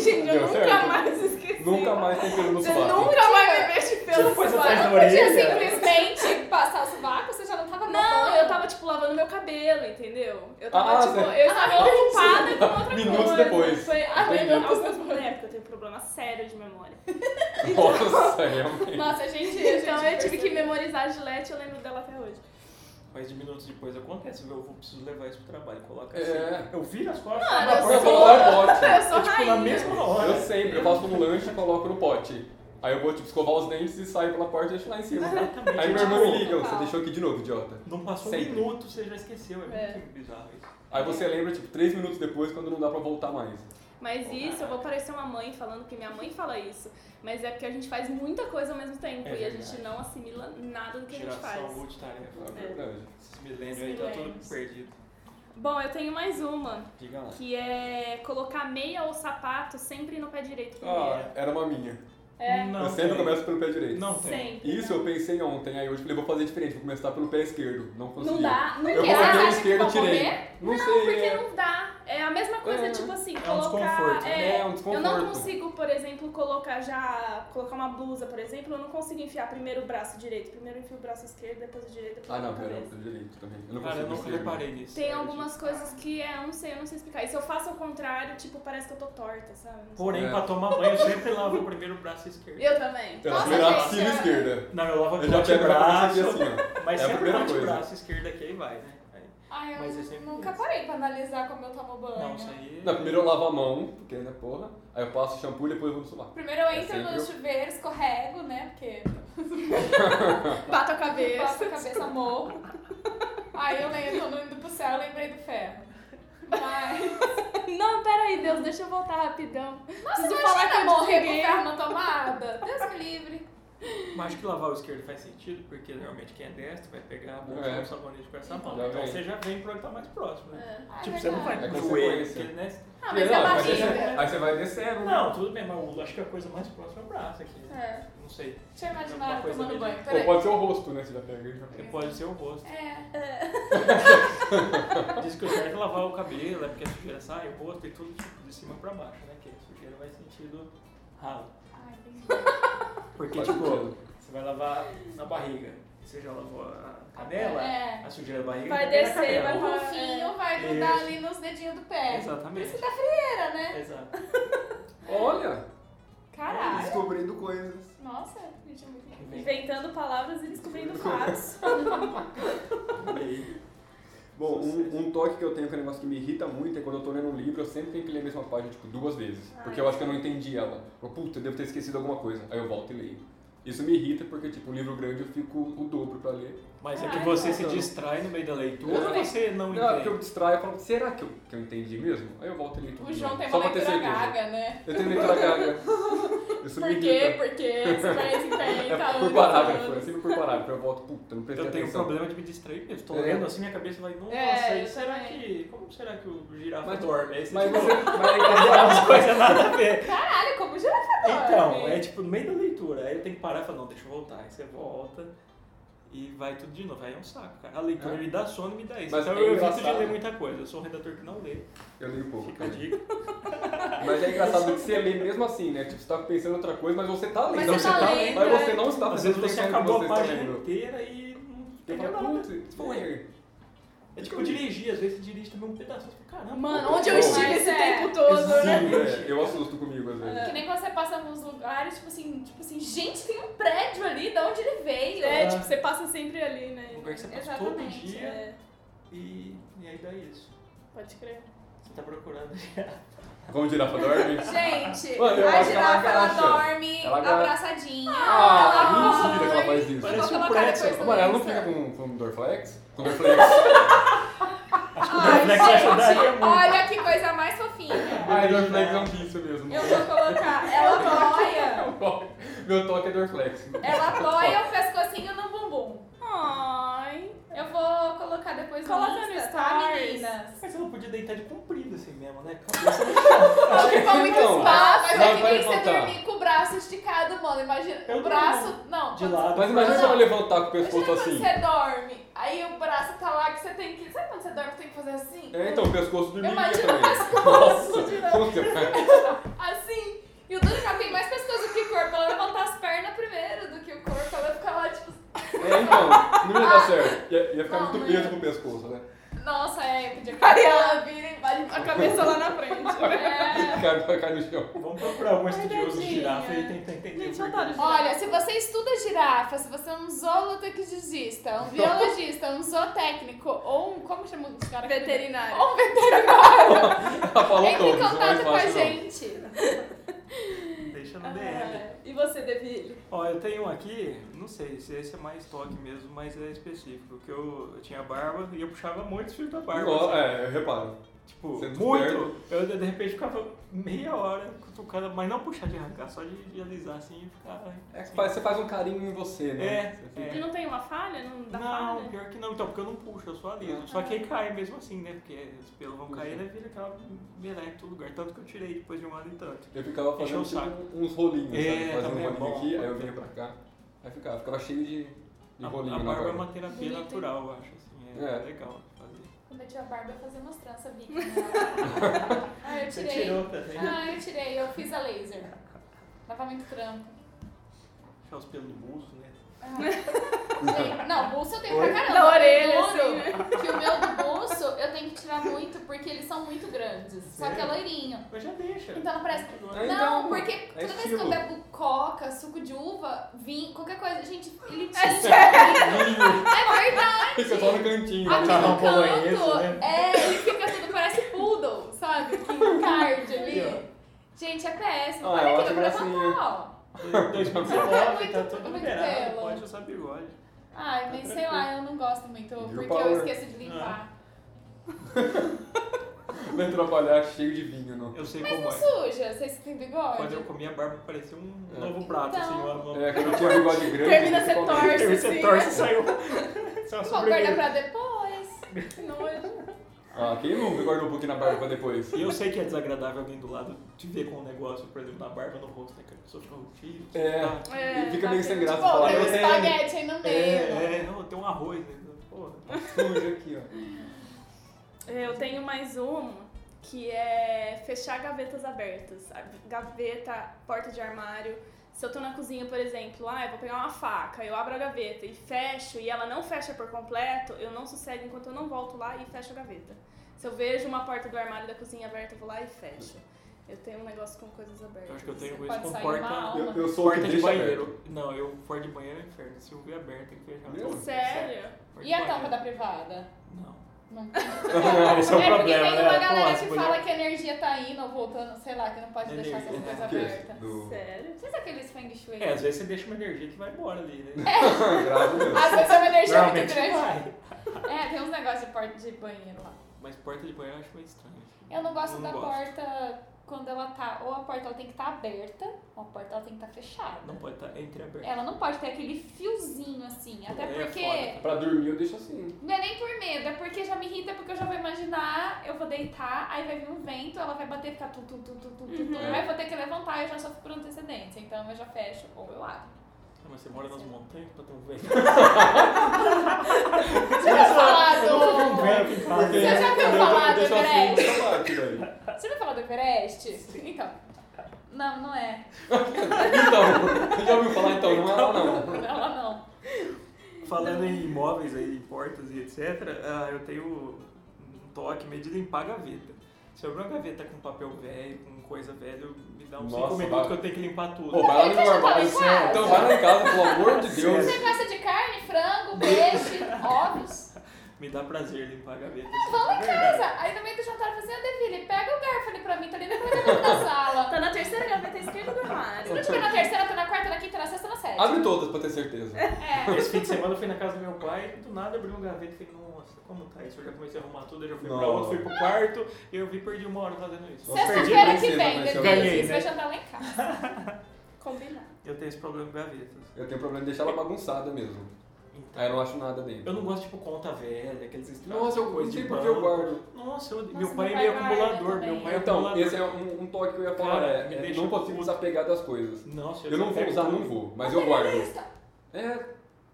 Speaker 4: gente, eu
Speaker 3: Deu
Speaker 4: nunca
Speaker 3: certo?
Speaker 4: mais esqueci.
Speaker 3: Nunca mais tem pelo no
Speaker 4: Você
Speaker 3: sovaco.
Speaker 4: nunca vai me mexer pelo
Speaker 1: Depois
Speaker 4: subaco.
Speaker 1: atrás da
Speaker 2: podia
Speaker 3: né?
Speaker 1: orelha.
Speaker 2: simplesmente passar o sovaco, você já não tava
Speaker 4: Não, eu tava, tipo, lavando meu cabelo, entendeu? Eu tava,
Speaker 3: Ah,
Speaker 4: tipo,
Speaker 3: você-
Speaker 4: eu estava ocupada com outra
Speaker 3: Minutos
Speaker 4: coisa.
Speaker 3: depois.
Speaker 4: Foi ah,
Speaker 3: Entendi.
Speaker 4: minutos depois. É, porque eu tenho problema sério de memória.
Speaker 3: Nossa, realmente.
Speaker 2: Nossa, gente,
Speaker 4: Então eu tive que memorizar a Gillette e eu lembro dela até hoje.
Speaker 1: Mas de minutos depois acontece, eu vou preciso levar isso pro trabalho, coloca assim.
Speaker 3: É.
Speaker 1: Eu viro as costas,
Speaker 4: Mano,
Speaker 1: abro a
Speaker 4: eu
Speaker 3: Eu
Speaker 1: porta,
Speaker 4: sou-
Speaker 1: coloco
Speaker 3: coloco no pote.
Speaker 4: Eu sou
Speaker 1: tipo,
Speaker 4: rainha.
Speaker 1: na mesma hora.
Speaker 3: Eu sempre, eu faço um lanche e coloco no pote. Aí eu vou, tipo, escovar os dentes e saio pela porta e deixo lá em cima.
Speaker 1: Exatamente. Tipo,
Speaker 3: Aí minha irmã me liga, "Ô, você
Speaker 1: tá."
Speaker 2: Total.
Speaker 3: deixou aqui de novo, idiota.
Speaker 1: Não passou
Speaker 3: Sempre.
Speaker 1: um minuto, você já esqueceu. É,
Speaker 4: É.
Speaker 1: muito bizarro isso.
Speaker 3: Aí você lembra, tipo, três minutos depois, quando não dá pra voltar mais.
Speaker 4: Mas isso, eu vou parecer uma mãe falando que minha mãe fala isso. Mas é porque a gente faz muita coisa ao mesmo tempo
Speaker 1: É
Speaker 4: e a
Speaker 1: verdade.
Speaker 4: gente não assimila nada do que a gente
Speaker 1: Geração
Speaker 4: faz.
Speaker 3: É
Speaker 1: multitarefa.
Speaker 3: verdade.
Speaker 1: Esses milênios aí tá
Speaker 4: Milênios.
Speaker 1: todo perdido.
Speaker 4: Bom, eu tenho mais uma,
Speaker 1: Diga lá.
Speaker 4: que é colocar meia ou sapato sempre no pé direito primeiro.
Speaker 3: Ah, era uma minha.
Speaker 4: É.
Speaker 1: Não
Speaker 3: eu sempre
Speaker 1: tem.
Speaker 3: começo pelo pé direito.
Speaker 1: Não tem.
Speaker 4: Sempre.
Speaker 3: Isso eu pensei ontem, aí hoje eu tipo, falei, vou fazer diferente, vou começar pelo pé esquerdo. Não consegui.
Speaker 4: Não dá, não
Speaker 3: Eu
Speaker 4: dá.
Speaker 3: coloquei o
Speaker 2: acha que
Speaker 3: esquerdo e
Speaker 2: vão
Speaker 3: tirei.
Speaker 2: comer?
Speaker 3: Não,
Speaker 4: Não,
Speaker 3: sei.
Speaker 4: porque
Speaker 3: é-
Speaker 4: não dá. É a mesma coisa,
Speaker 3: É.
Speaker 4: tipo assim,
Speaker 1: um
Speaker 4: colocar.
Speaker 1: desconforto,
Speaker 3: É,
Speaker 4: é,
Speaker 3: um
Speaker 4: eu
Speaker 3: desconforto.
Speaker 4: não consigo, por exemplo, colocar já. Colocar uma blusa, por exemplo, eu não consigo enfiar primeiro o braço direito. Primeiro eu enfio o braço esquerdo, depois o direito, depois
Speaker 3: Ah, não,
Speaker 4: a
Speaker 3: pera,
Speaker 4: cabeça.
Speaker 3: pelo direito também. Eu não
Speaker 1: Cara,
Speaker 3: consigo.
Speaker 1: eu nunca
Speaker 3: esquerdo.
Speaker 1: reparei nisso.
Speaker 4: Tem
Speaker 1: sério,
Speaker 4: algumas
Speaker 1: gente.
Speaker 4: coisas que é, eu não sei, eu não sei explicar. E se eu faço ao contrário, tipo, parece que eu tô torta, sabe? Não sei.
Speaker 1: Porém,
Speaker 3: É.
Speaker 1: pra tomar banho, eu sempre lavo o primeiro braço esquerdo.
Speaker 4: Eu também.
Speaker 3: Ela
Speaker 2: Nossa,
Speaker 3: vira a
Speaker 2: gente,
Speaker 3: piscina
Speaker 2: é-
Speaker 3: esquerda.
Speaker 1: Não, eu lavo
Speaker 3: Eu já
Speaker 1: o
Speaker 3: pego a cabeça
Speaker 1: braço.
Speaker 3: aqui assim, ó.
Speaker 1: Mas
Speaker 3: É a
Speaker 1: sempre
Speaker 3: primeira
Speaker 1: bate o
Speaker 3: coisa.
Speaker 1: braço esquerdo aqui e vai, né? Aí-
Speaker 2: Ai, eu
Speaker 1: Mas eu sempre
Speaker 2: nunca
Speaker 1: fiz.
Speaker 2: parei pra analisar como eu tomo banho.
Speaker 1: Não, isso aí.
Speaker 3: Não, primeiro eu lavo a mão, porque ainda é porra. Aí eu passo shampoo e depois eu vou no sovaco.
Speaker 2: Primeiro eu
Speaker 3: É
Speaker 2: entro
Speaker 3: sempre
Speaker 2: no
Speaker 3: eu-
Speaker 2: chuveiro, escorrego, né? Porque
Speaker 4: Bata a
Speaker 2: passo
Speaker 4: cabeça.
Speaker 2: a cabeça morro. Aí eu lembro, quando indo pro céu, eu lembrei do ferro. Mas.
Speaker 4: Não, peraí, Deus, deixa eu voltar rapidão.
Speaker 2: Nossa, é
Speaker 4: Preciso
Speaker 2: imagina
Speaker 4: falar que eu
Speaker 2: morrer com
Speaker 4: desliguei.
Speaker 2: o ferro na tomada? Deus me livre.
Speaker 3: Tipo,
Speaker 1: Mas acho que lavar o esquerdo faz sentido, porque normalmente quem é destro vai pegar a bolsa
Speaker 3: É.
Speaker 1: ou o sabonete com essa mão.
Speaker 3: Já
Speaker 1: Então
Speaker 3: vem.
Speaker 1: você já vem pra onde tá mais próximo. Né?
Speaker 2: Ah,
Speaker 1: tipo, você não vai
Speaker 2: verdade.
Speaker 3: É
Speaker 1: com o joelho,
Speaker 3: consequência.
Speaker 1: porque, né?
Speaker 4: Ah, mas é a
Speaker 3: aí, você,
Speaker 4: barriga.
Speaker 3: aí você vai descendo. né?
Speaker 1: Não, tudo bem, mas eu acho que a coisa mais próxima é o braço aqui. né?
Speaker 2: É.
Speaker 1: Não sei.
Speaker 2: Deixa eu imaginar
Speaker 1: Uma
Speaker 2: ela
Speaker 1: coisa
Speaker 2: tomando
Speaker 1: meio-
Speaker 2: banho.
Speaker 3: Ou
Speaker 2: Peraí.
Speaker 3: pode ser o rosto, né? Você já pega. Já pega.
Speaker 1: Pode ser o rosto.
Speaker 2: É.
Speaker 1: Diz que o certo é lavar o cabelo, é porque a sujeira sai, o rosto e tudo tipo, de cima pra baixo, né? Que a sujeira vai sentido ralo.
Speaker 2: Ai, entendi.
Speaker 1: Porque,
Speaker 3: Pode
Speaker 1: tipo,
Speaker 3: ser.
Speaker 1: você vai lavar na barriga. Você já lavou a canela,
Speaker 2: É.
Speaker 1: a sujeira da barriga
Speaker 4: Vai
Speaker 1: pega na
Speaker 4: descer,
Speaker 1: canela.
Speaker 4: vai
Speaker 2: O
Speaker 4: rolar.
Speaker 2: rufinho vai é. grudar
Speaker 1: Isso.
Speaker 2: ali nos dedinhos do pé.
Speaker 1: Exatamente.
Speaker 2: Isso da frieira,
Speaker 3: É.
Speaker 2: né?
Speaker 1: Exato.
Speaker 3: Olha!
Speaker 2: Caralho.
Speaker 3: Descobrindo coisas.
Speaker 2: Nossa, gente, é muito
Speaker 4: Inventando palavras e descobrindo fatos.
Speaker 1: Bem,
Speaker 3: Bom, um, um toque que eu tenho que é um negócio que me irrita muito é quando eu tô lendo um livro, eu sempre tenho que ler a mesma página, tipo, duas vezes.
Speaker 4: Ah,
Speaker 3: Porque eu acho que eu não entendi ela. Eu, falo, puta, eu devo ter esquecido alguma coisa. Aí eu volto e leio. Isso me irrita porque, tipo, um livro grande eu fico o dobro pra ler.
Speaker 1: Mas é que
Speaker 2: Caralho.
Speaker 1: você se distrai no meio da leitura ou
Speaker 3: Eu-
Speaker 1: você não
Speaker 3: Não, é porque eu
Speaker 1: entende?
Speaker 3: distraio e falo, será que eu, que eu entendi mesmo? Aí eu volto e leio tudo.
Speaker 2: O
Speaker 3: de
Speaker 2: João
Speaker 3: novo,
Speaker 2: tem
Speaker 3: Só
Speaker 2: uma
Speaker 3: pra ter
Speaker 2: leitura
Speaker 3: certeza.
Speaker 2: gaga, né?
Speaker 3: Eu tenho leitura gaga. Isso me
Speaker 2: Por quê?
Speaker 3: irrita.
Speaker 2: Por tá quê? Você vai se
Speaker 3: É
Speaker 2: 40
Speaker 3: por parágrafo, é sempre por parágrafo. Eu volto, puta, não prestei
Speaker 1: Eu tenho um
Speaker 3: atenção.
Speaker 1: problema de me distrair mesmo. Tô
Speaker 3: É.
Speaker 1: lendo assim, minha cabeça vai, nossa,
Speaker 2: É,
Speaker 1: e
Speaker 2: eu
Speaker 1: será
Speaker 2: também.
Speaker 1: que. Como será que o girafa
Speaker 3: Mas-
Speaker 1: dorme? Aí você,
Speaker 3: Mas
Speaker 1: tipo,
Speaker 3: você. Mas é aí quer dizer,
Speaker 1: umas coisas nada a ver.
Speaker 2: Caralho, É como girafa dorme.
Speaker 1: Então, é tipo no meio da leitura. Aí eu tenho que parar e falar, não, deixa eu voltar. Aí você volta e vai tudo de novo. Aí é um saco, cara. A leitura
Speaker 3: É.
Speaker 1: me dá sono e me dá isso.
Speaker 3: Mas
Speaker 1: então
Speaker 3: é
Speaker 1: eu evito de
Speaker 3: engraçado.
Speaker 1: ler muita coisa. Eu sou um redator que não lê.
Speaker 3: Eu leio pouco.
Speaker 1: Fica a
Speaker 3: também.
Speaker 1: dica.
Speaker 3: Mas é engraçado que você lê mesmo assim, né? Tipo, você tá pensando em outra coisa, mas você tá lendo.
Speaker 2: Mas
Speaker 3: Então
Speaker 2: você tá lendo,
Speaker 3: mas
Speaker 2: né?
Speaker 3: você não está
Speaker 1: Às
Speaker 3: Tá fazendo
Speaker 1: vezes
Speaker 3: o que
Speaker 1: você
Speaker 3: você
Speaker 1: acabou a
Speaker 3: está
Speaker 1: página
Speaker 3: lendo.
Speaker 1: inteira e não
Speaker 3: Eu
Speaker 1: entendeu
Speaker 3: falo,
Speaker 1: nada.
Speaker 3: putz, foi.
Speaker 1: É tipo dirigir, às vezes você dirige também um pedaço. Você fala, Caramba,
Speaker 4: Mano,
Speaker 1: pô,
Speaker 4: onde eu
Speaker 3: Bom.
Speaker 4: estive
Speaker 2: Mas
Speaker 4: esse
Speaker 2: é.
Speaker 4: tempo todo, né?
Speaker 3: Sim, é, eu assusto comigo às
Speaker 2: Que
Speaker 3: vezes.
Speaker 2: nem quando você passa em alguns lugares, tipo assim, tipo assim, gente, tem um prédio ali, da onde ele veio.
Speaker 4: É,
Speaker 1: Ah.
Speaker 4: tipo, você passa sempre ali, né?
Speaker 1: um lugar que você passa todo
Speaker 2: Exatamente,
Speaker 1: dia
Speaker 4: É,
Speaker 1: e, e aí dá isso.
Speaker 4: pode crer.
Speaker 1: Você tá procurando.
Speaker 3: Como girafa dorme?
Speaker 2: Gente,
Speaker 3: Mano, eu
Speaker 2: a
Speaker 3: acho que ela
Speaker 2: girafa ela
Speaker 3: agacha.
Speaker 2: dorme
Speaker 3: Ela agacha.
Speaker 2: abraçadinha.
Speaker 3: Ah,
Speaker 2: ela
Speaker 3: mentira que ela faz isso.
Speaker 2: Igual
Speaker 1: Parece um
Speaker 2: aquela
Speaker 1: pretzel.
Speaker 2: cara que eu
Speaker 3: É Mano, ela não
Speaker 2: estou
Speaker 3: fica
Speaker 2: vendo.
Speaker 3: com, com Dorflex? Com Dorflex.
Speaker 1: Acho que o
Speaker 2: Ai,
Speaker 1: reflexo ajudaria
Speaker 3: né,
Speaker 2: gente,
Speaker 1: muito.
Speaker 2: olha que coisa mais fofinha.
Speaker 3: Ai, Dorflex é um bicho mesmo.
Speaker 2: Eu vou colocar, ela toia,
Speaker 3: Meu toque é Dorflex.
Speaker 2: ela toia o pescocinho no bumbum.
Speaker 4: Ai.
Speaker 2: Eu vou colocar depois
Speaker 4: Coloca
Speaker 2: no
Speaker 4: no
Speaker 2: Insta, tá,
Speaker 4: Stories.
Speaker 2: meninas?
Speaker 1: Mas ela podia deitar de comprido assim mesmo, né?
Speaker 2: Ficou muito
Speaker 3: Então,
Speaker 2: espaço, mas é
Speaker 3: não,
Speaker 2: que
Speaker 3: vai
Speaker 2: nem você
Speaker 3: levantar.
Speaker 2: dormir com o braço esticado, mano. Imagina,
Speaker 1: Eu
Speaker 2: o braço, não,
Speaker 1: De
Speaker 2: quando-
Speaker 1: lado.
Speaker 3: Mas imagina se ela levantar com o
Speaker 2: Imagina
Speaker 3: pescoço
Speaker 2: quando
Speaker 3: assim.
Speaker 2: você dorme, aí o braço tá lá que você tem que. Sabe quando você dorme que tem que fazer assim?
Speaker 3: É, então, o pescoço
Speaker 2: Eu
Speaker 3: dormiria
Speaker 2: imagino o
Speaker 3: também.
Speaker 2: pescoço de novo.
Speaker 3: Puta,
Speaker 2: Assim. E o Dudu já tem mais pescoço que o corpo. Ela levantar as pernas primeiro do que o corpo. Ela fica lá, tipo.
Speaker 3: É, então, não ia
Speaker 2: Ah.
Speaker 3: dar certo. Ia, ia ficar
Speaker 2: Não,
Speaker 3: muito
Speaker 2: não ia.
Speaker 3: peso pro pescoço, né?
Speaker 2: Nossa, é, podia
Speaker 4: Aí
Speaker 2: cair.
Speaker 4: ela vira e bate a cabeça lá na frente.
Speaker 2: É.
Speaker 3: Cai, vai cair no chão.
Speaker 1: Vamos procurar algum estudioso de
Speaker 4: tadinha.
Speaker 1: girafa e tentar entender.
Speaker 4: Gente,
Speaker 1: por
Speaker 4: eu
Speaker 1: quê.
Speaker 4: adoro
Speaker 2: Olha, se você estuda girafa, se você é um zoologista, um biologista, um zootécnico ou um. Como chama os caras? que-
Speaker 4: Veterinário.
Speaker 2: Ou um veterinário.
Speaker 3: Ela falou
Speaker 2: Entre em
Speaker 3: todos, não é
Speaker 2: contato com a
Speaker 3: fácil não.
Speaker 2: gente.
Speaker 1: Deixa
Speaker 3: Ah.
Speaker 1: no DM.
Speaker 3: né?
Speaker 2: É.
Speaker 4: E você, Deville?
Speaker 1: Ó, eu tenho um aqui, não sei se esse é mais toque mesmo, mas é específico. Que eu, eu tinha barba e eu puxava muito os fios da barba.
Speaker 3: Igual,
Speaker 1: assim.
Speaker 3: é, eu reparo.
Speaker 1: Tipo,
Speaker 3: Sendo
Speaker 1: muito. Eu de repente ficava meia hora cutucando, mas não puxar de arrancar, só de, de alisar assim e ficar.
Speaker 3: É que
Speaker 1: assim.
Speaker 3: faz- você faz um carinho em você, né?
Speaker 1: É,
Speaker 3: Você fica-
Speaker 1: é.
Speaker 4: Que não tem uma falha? Não dá
Speaker 2: né?
Speaker 1: Não,
Speaker 4: falha?
Speaker 1: pior que não, então, porque eu não puxo, eu só
Speaker 2: Ah,
Speaker 1: aliso.
Speaker 2: tá.
Speaker 1: Só que aí cai mesmo assim, né? Porque os pelos vão cair e vira aquela meleca em todo lugar. Tanto que eu tirei depois de um ano e tanto.
Speaker 3: Eu ficava
Speaker 1: Encheu
Speaker 3: fazendo
Speaker 1: o saco.
Speaker 3: tipo, uns rolinhos,
Speaker 1: É,
Speaker 3: sabe? Fazendo
Speaker 1: também é
Speaker 3: um rolinho
Speaker 1: bom.
Speaker 3: aqui, aí eu vinha pra cá. Aí ficava, ficava cheio de, de
Speaker 1: A, a
Speaker 3: rolinho
Speaker 1: barba
Speaker 3: na
Speaker 1: é
Speaker 3: barba.
Speaker 1: uma terapia
Speaker 2: Bonito, hein?
Speaker 1: natural, eu acho, assim. É,
Speaker 3: É.
Speaker 1: legal fazer.
Speaker 2: Quando eu tinha barba, eu fazia umas tranças bico. ah, eu
Speaker 1: Você
Speaker 2: tirei.
Speaker 1: tirou também?
Speaker 2: Ah, eu tirei. Eu fiz a laser. Dava muito trampo.
Speaker 1: Deixar os pelos no bolso, né?
Speaker 2: Ah. Gente, Não, bolso eu tenho pra
Speaker 3: Oi?
Speaker 2: caramba.
Speaker 4: Na orelha,
Speaker 2: Eu juro
Speaker 4: assim,
Speaker 2: Que o meu do bolso eu tenho que tirar muito, porque porque eles são muito grandes. Só que é
Speaker 1: Sério?
Speaker 2: loirinho.
Speaker 1: Mas já deixa.
Speaker 2: Então não parece.
Speaker 1: Continua.
Speaker 3: É,
Speaker 2: Não,
Speaker 3: então,
Speaker 2: porque
Speaker 3: é
Speaker 2: toda vez que eu
Speaker 3: estilo.
Speaker 2: bebo coca, suco de uva, vinho, qualquer coisa, gente, ele tira.
Speaker 4: É sério?
Speaker 1: Vinho.
Speaker 2: É
Speaker 3: Fica
Speaker 2: verdade!
Speaker 3: só no cantinho. né?
Speaker 2: Aqui
Speaker 1: Macarrão
Speaker 2: no canto,
Speaker 1: polonhesa,
Speaker 2: é, ele fica tudo, parece poodle, sabe? Que card ali. Gente, é péssimo.
Speaker 3: Ah,
Speaker 2: Olha
Speaker 3: eu
Speaker 2: aqui,
Speaker 3: acho
Speaker 2: eu vou levantar,
Speaker 3: gracinha.
Speaker 2: ó.
Speaker 1: 2019, tá
Speaker 2: é Muito-
Speaker 1: tudo
Speaker 2: muito
Speaker 1: liberado.
Speaker 2: belo.
Speaker 1: Pode usar bigode.
Speaker 2: Ai,
Speaker 3: Tá
Speaker 2: mas sei lá, eu não gosto muito,
Speaker 3: Viu,
Speaker 2: porque
Speaker 3: Paula?
Speaker 2: eu esqueço de
Speaker 3: Ah.
Speaker 2: limpar.
Speaker 3: Vai atrapalhar cheio de vinho, não.
Speaker 1: Eu sei
Speaker 2: Mas
Speaker 1: como
Speaker 2: não
Speaker 1: é.
Speaker 2: suja, vocês que têm bigode.
Speaker 1: Quando eu comi a barba, parecia um
Speaker 3: É.
Speaker 1: novo prato, assim,
Speaker 2: Então.
Speaker 1: uma, uma...
Speaker 3: É, quando tinha bigode grande.
Speaker 4: Termina, você
Speaker 3: principalmente.
Speaker 4: torce.
Speaker 1: Aí você
Speaker 4: sim.
Speaker 1: torce e saiu. Só
Speaker 2: Vou guardar
Speaker 1: sobreviveu.
Speaker 2: pra depois.
Speaker 4: Que nojo.
Speaker 3: Ah, quem não guardou um pouquinho na barba pra depois?
Speaker 1: E eu sei que é desagradável alguém do lado te ver com um negócio, por exemplo, na barba, no rosto, né? Que a pessoa fica um tio.
Speaker 3: É.
Speaker 1: tá?
Speaker 4: É,
Speaker 3: E fica
Speaker 4: tá
Speaker 3: meio sem
Speaker 4: bem.
Speaker 3: graça
Speaker 2: Pô,
Speaker 3: falar.
Speaker 2: tem
Speaker 3: né?
Speaker 2: um
Speaker 3: Eu tenho
Speaker 2: espaguete aí no meio.
Speaker 1: É, é, não, tem um arroz, né? Porra.
Speaker 3: sujo aqui, ó.
Speaker 4: É, Eu tenho mais um que é fechar gavetas abertas. A Gaveta, porta de armário. Se eu tô na cozinha, por exemplo, ah, eu vou pegar uma faca, eu abro a gaveta e fecho, e ela não fecha por completo, eu não sossego enquanto eu não volto lá e fecho a gaveta. Se eu vejo uma porta do armário da cozinha aberta, eu vou lá e fecho. Eu tenho um negócio com coisas abertas.
Speaker 1: Eu acho que eu tenho
Speaker 2: Você
Speaker 1: isso
Speaker 2: pode
Speaker 1: com
Speaker 2: sair
Speaker 1: porta,
Speaker 2: mal.
Speaker 3: Eu, eu sou o que
Speaker 1: porta de
Speaker 3: deixa
Speaker 1: banheiro.
Speaker 3: aberto.
Speaker 1: Não, eu fora de banheiro é um inferno. Se eu ver aberto, tem que fechar.
Speaker 3: Meu?
Speaker 4: Sério?
Speaker 1: Porta
Speaker 2: E
Speaker 1: de
Speaker 2: a tampa
Speaker 1: banheiro.
Speaker 2: da privada?
Speaker 1: Não.
Speaker 2: Não.
Speaker 1: Esse é o
Speaker 2: é porque
Speaker 1: problema,
Speaker 2: tem
Speaker 1: né?
Speaker 2: uma
Speaker 1: Pô,
Speaker 2: galera
Speaker 1: você
Speaker 2: que
Speaker 1: podia-
Speaker 2: fala que a energia tá indo ou voltando, sei lá, que é não pode deixar essas
Speaker 1: Energia.
Speaker 2: coisas
Speaker 3: O quê?
Speaker 2: abertas.
Speaker 3: Do...
Speaker 4: Sério?
Speaker 2: Vocês aqueles feng shui?
Speaker 1: É, às vezes você deixa uma energia que vai embora ali, né?
Speaker 3: Grave mesmo.
Speaker 2: Às vezes é uma energia muito
Speaker 1: Normalmente
Speaker 2: É, grande.
Speaker 1: vai.
Speaker 2: É, tem uns negócios de porta de banheiro lá.
Speaker 1: Mas porta de banheiro eu acho meio estranho. assim.
Speaker 2: Eu não gosto da porta quando ela tá. Ou a porta ela tem que estar aberta, ou a porta ela tem que estar fechada.
Speaker 1: Não pode estar entreaberto.
Speaker 2: Ela não pode ter aquele fiozinho assim. É, Até
Speaker 1: É
Speaker 2: porque.
Speaker 1: foda.
Speaker 3: Pra dormir eu deixo assim.
Speaker 2: Não é nem por medo, é porque já me irrita, porque eu já vou imaginar, eu vou deitar, aí vai vir um vento, ela vai bater, ficar tum, tum, tum, tum, tum, tum, tum,
Speaker 3: É.
Speaker 2: aí eu vou ter que levantar, eu já sofro por antecedência, então eu já fecho ou eu abro.
Speaker 1: Ah, Mas você mora nas montanhas pra ter um vento.
Speaker 2: Você já
Speaker 1: Um
Speaker 2: falou
Speaker 1: vento em casa.
Speaker 2: Você já ouviu falar do
Speaker 3: deixo assim,
Speaker 2: Everest?
Speaker 3: nunca bate, velho.
Speaker 2: Você já falou do Everest? Então. Não, não é.
Speaker 3: Então, você já ouviu falar então? Não é lá não.
Speaker 2: Não, Ela não.
Speaker 1: Falando em imóveis aí, portas e etc, ah, eu tenho um toque meio de limpar a gaveta. Se eu abrir uma gaveta com papel velho, com coisa velha, eu- me dá uns 5
Speaker 3: Nossa,
Speaker 1: minutos
Speaker 3: vai.
Speaker 1: que eu tenho que limpar
Speaker 4: tá
Speaker 1: tudo.
Speaker 3: Pô, vai lá
Speaker 2: Mas
Speaker 3: no
Speaker 2: você já tá lá
Speaker 3: armário.
Speaker 2: em casa?
Speaker 3: Então vai lá em casa, pelo amor de Deus.
Speaker 2: Você gosta de carne, frango, peixe, ovos?
Speaker 1: Me dá prazer limpar a gaveta.
Speaker 2: Vamos em
Speaker 1: É verdade.
Speaker 2: casa. Aí no meio do jantar eu falei assim, Deville, pega o garfo ali pra mim, tá ali na coisa da sala.
Speaker 4: Tá na terceira gaveta esquerda do armário.
Speaker 2: Se não tiver na terceira, tá na quarta, na quinta, na sexta, na sétima.
Speaker 3: Abre todas pra ter certeza.
Speaker 2: É.
Speaker 1: Esse fim de semana eu fui na casa do meu pai, do nada abri um gaveta e falei, nossa, como tá isso? Eu já comecei a arrumar tudo, eu já fui pra
Speaker 3: Não.
Speaker 1: outro, fui pro quarto, e eu vi perdi uma hora fazendo isso.
Speaker 3: Nossa, perdi
Speaker 2: Sexta-feira
Speaker 3: bem
Speaker 2: que
Speaker 3: cedo,
Speaker 2: vem,
Speaker 3: né, se eu
Speaker 2: Deville,
Speaker 1: ganhei, né?
Speaker 2: você vai jantar lá em casa.
Speaker 4: Combinado.
Speaker 1: Eu tenho esse problema com gavetas. assim.
Speaker 3: Eu tenho problema de deixar ela bagunçada mesmo.
Speaker 1: Então,
Speaker 3: Aí eu não acho nada dentro.
Speaker 1: eu não gosto, tipo, conta velha, aqueles estragos.
Speaker 3: É. Nossa, eu não
Speaker 1: coisa de
Speaker 3: sei porque eu
Speaker 1: banco.
Speaker 3: guardo.
Speaker 1: Nossa, eu-
Speaker 2: meu
Speaker 1: meu pai é
Speaker 2: pai
Speaker 1: meio
Speaker 2: guarda
Speaker 1: acumulador.
Speaker 2: também.
Speaker 1: Meu pai é
Speaker 3: Então,
Speaker 1: acumulador.
Speaker 3: esse é um, um toque que eu ia falar.
Speaker 1: Cara, me
Speaker 3: é, é
Speaker 1: deixa um
Speaker 3: não consigo
Speaker 1: puto.
Speaker 3: desapegar das coisas.
Speaker 1: Nossa,
Speaker 3: um- Eu não vou
Speaker 1: pego
Speaker 3: usar,
Speaker 1: tudo.
Speaker 3: não vou, mas eu guardo. É,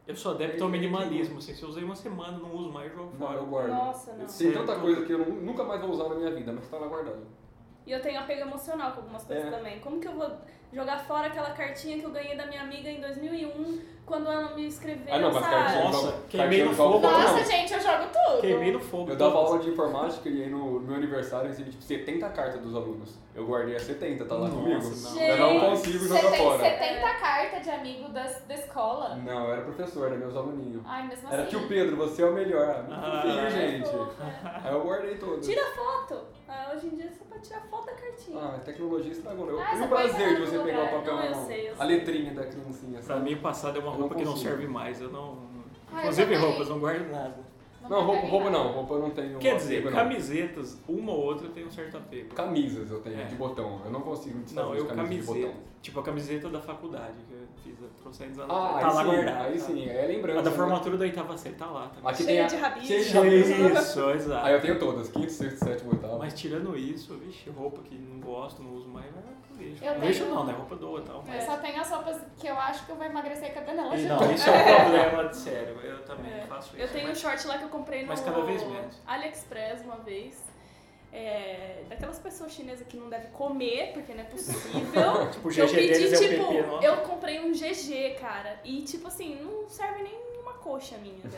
Speaker 1: Eu sou adepto ao minimalismo, assim, se eu usei uma semana, não uso mais, eu jogo
Speaker 3: não,
Speaker 1: fora.
Speaker 3: eu guardo.
Speaker 4: Nossa, não.
Speaker 3: Tem tanta coisa que eu nu- nunca mais vou usar na minha vida, mas tá lá guardado.
Speaker 4: E eu tenho apego emocional com algumas coisas
Speaker 3: É.
Speaker 4: também. Como que eu vou jogar fora aquela cartinha que eu ganhei da minha amiga em 2001, quando ela me escreveu,
Speaker 3: Ah, não, mas
Speaker 4: sabe?
Speaker 3: cartinha-
Speaker 1: Nossa,
Speaker 3: Jogo-
Speaker 1: queimei no
Speaker 3: cartinha
Speaker 1: fogo.
Speaker 3: no jogo.
Speaker 2: Nossa,
Speaker 3: Não.
Speaker 2: gente, eu jogo tudo.
Speaker 1: Queimei no fogo.
Speaker 3: Eu dava aula de informática e aí no, no meu aniversário eu recebi tipo 70 cartas dos alunos. Eu guardei as 70, tá lá
Speaker 1: Nossa,
Speaker 3: comigo.
Speaker 1: não.
Speaker 3: Eu não
Speaker 4: Gente,
Speaker 3: consigo
Speaker 2: Você
Speaker 3: jogar
Speaker 2: tem
Speaker 3: fora.
Speaker 2: 70 cartas de amigo das, da escola.
Speaker 3: Não, eu era professor, era meus aluninhos.
Speaker 2: Ai, mesmo
Speaker 3: Era
Speaker 2: assim.
Speaker 3: tio Pedro, você é o melhor. Muito
Speaker 1: Ah.
Speaker 3: fofinho, gente.
Speaker 4: Fofa.
Speaker 3: Aí eu guardei todas.
Speaker 4: Tira foto! Ah, hoje em dia você pode tirar foto da cartinha.
Speaker 3: Ah, a tecnologia estragou. Eu
Speaker 2: Ah,
Speaker 3: tenho
Speaker 2: você
Speaker 3: o
Speaker 2: põe
Speaker 3: prazer de
Speaker 2: no
Speaker 3: você
Speaker 2: lugar.
Speaker 3: pegar o papel
Speaker 4: Não, é
Speaker 3: na
Speaker 4: eu
Speaker 3: mão.
Speaker 4: sei, eu
Speaker 3: A
Speaker 4: sei.
Speaker 3: letrinha da criancinha. assim.
Speaker 1: Pra
Speaker 3: sabe?
Speaker 1: mim, passado é uma
Speaker 3: Eu não
Speaker 1: roupa que não
Speaker 3: consigo.
Speaker 1: serve mais. Eu não.
Speaker 2: Ah, eu
Speaker 1: Inclusive
Speaker 2: também.
Speaker 1: roupas, não guardo nada.
Speaker 3: Não, roupa,
Speaker 2: vai
Speaker 3: roupa
Speaker 2: ganhar.
Speaker 3: não. Roupa eu não tenho.
Speaker 1: Quer
Speaker 3: apego,
Speaker 1: dizer,
Speaker 3: não.
Speaker 1: camisetas, uma ou outra, eu tenho um certo apego.
Speaker 3: Camisas eu tenho
Speaker 1: É.
Speaker 3: de botão. Eu não consigo me desfazer
Speaker 1: Não,
Speaker 3: de
Speaker 1: eu
Speaker 3: camisas de
Speaker 1: camiseta.
Speaker 3: botão.
Speaker 1: Tipo a camiseta da faculdade, que eu fiz há trocentos anos.
Speaker 3: Ah,
Speaker 1: tá lá
Speaker 3: aí, sim,
Speaker 1: guardada.
Speaker 3: aí
Speaker 1: tá?
Speaker 3: sim, é lembrança.
Speaker 1: A da
Speaker 3: né?
Speaker 1: formatura da oitava série tá lá também.
Speaker 3: Aqui
Speaker 4: Cheia
Speaker 3: tem a...
Speaker 4: de rabisco.
Speaker 3: cheia de rabisco.
Speaker 1: Isso, exato.
Speaker 3: Aí eu tenho todas, quinto, sexto, sétimo, oitavo.
Speaker 1: Mas tirando isso, vixe, roupa que não gosto, não uso mais, vai pro lixo.
Speaker 2: Eu
Speaker 1: Não
Speaker 2: tenho-
Speaker 1: lixo não, né? Roupa doa e tal.
Speaker 2: É.
Speaker 4: É,
Speaker 2: Eu
Speaker 1: Mas...
Speaker 2: só tenho as roupas que eu acho que eu vou emagrecer com a canela.
Speaker 1: E
Speaker 2: gente.
Speaker 1: não, isso é um problema de sério. Eu também
Speaker 4: É.
Speaker 1: faço isso.
Speaker 4: Eu tenho um
Speaker 1: mas-
Speaker 4: short lá que eu comprei no
Speaker 1: Mas cada vez menos.
Speaker 4: AliExpress uma vez. É, daquelas pessoas chinesas que não devem comer, porque não é possível.
Speaker 1: Tipo, o
Speaker 4: Que eu
Speaker 1: GG
Speaker 4: pedi,
Speaker 1: deles é o
Speaker 4: tipo,
Speaker 1: PP, nossa.
Speaker 4: eu comprei um GG, cara. E tipo assim, não serve nenhuma coxa minha. velho.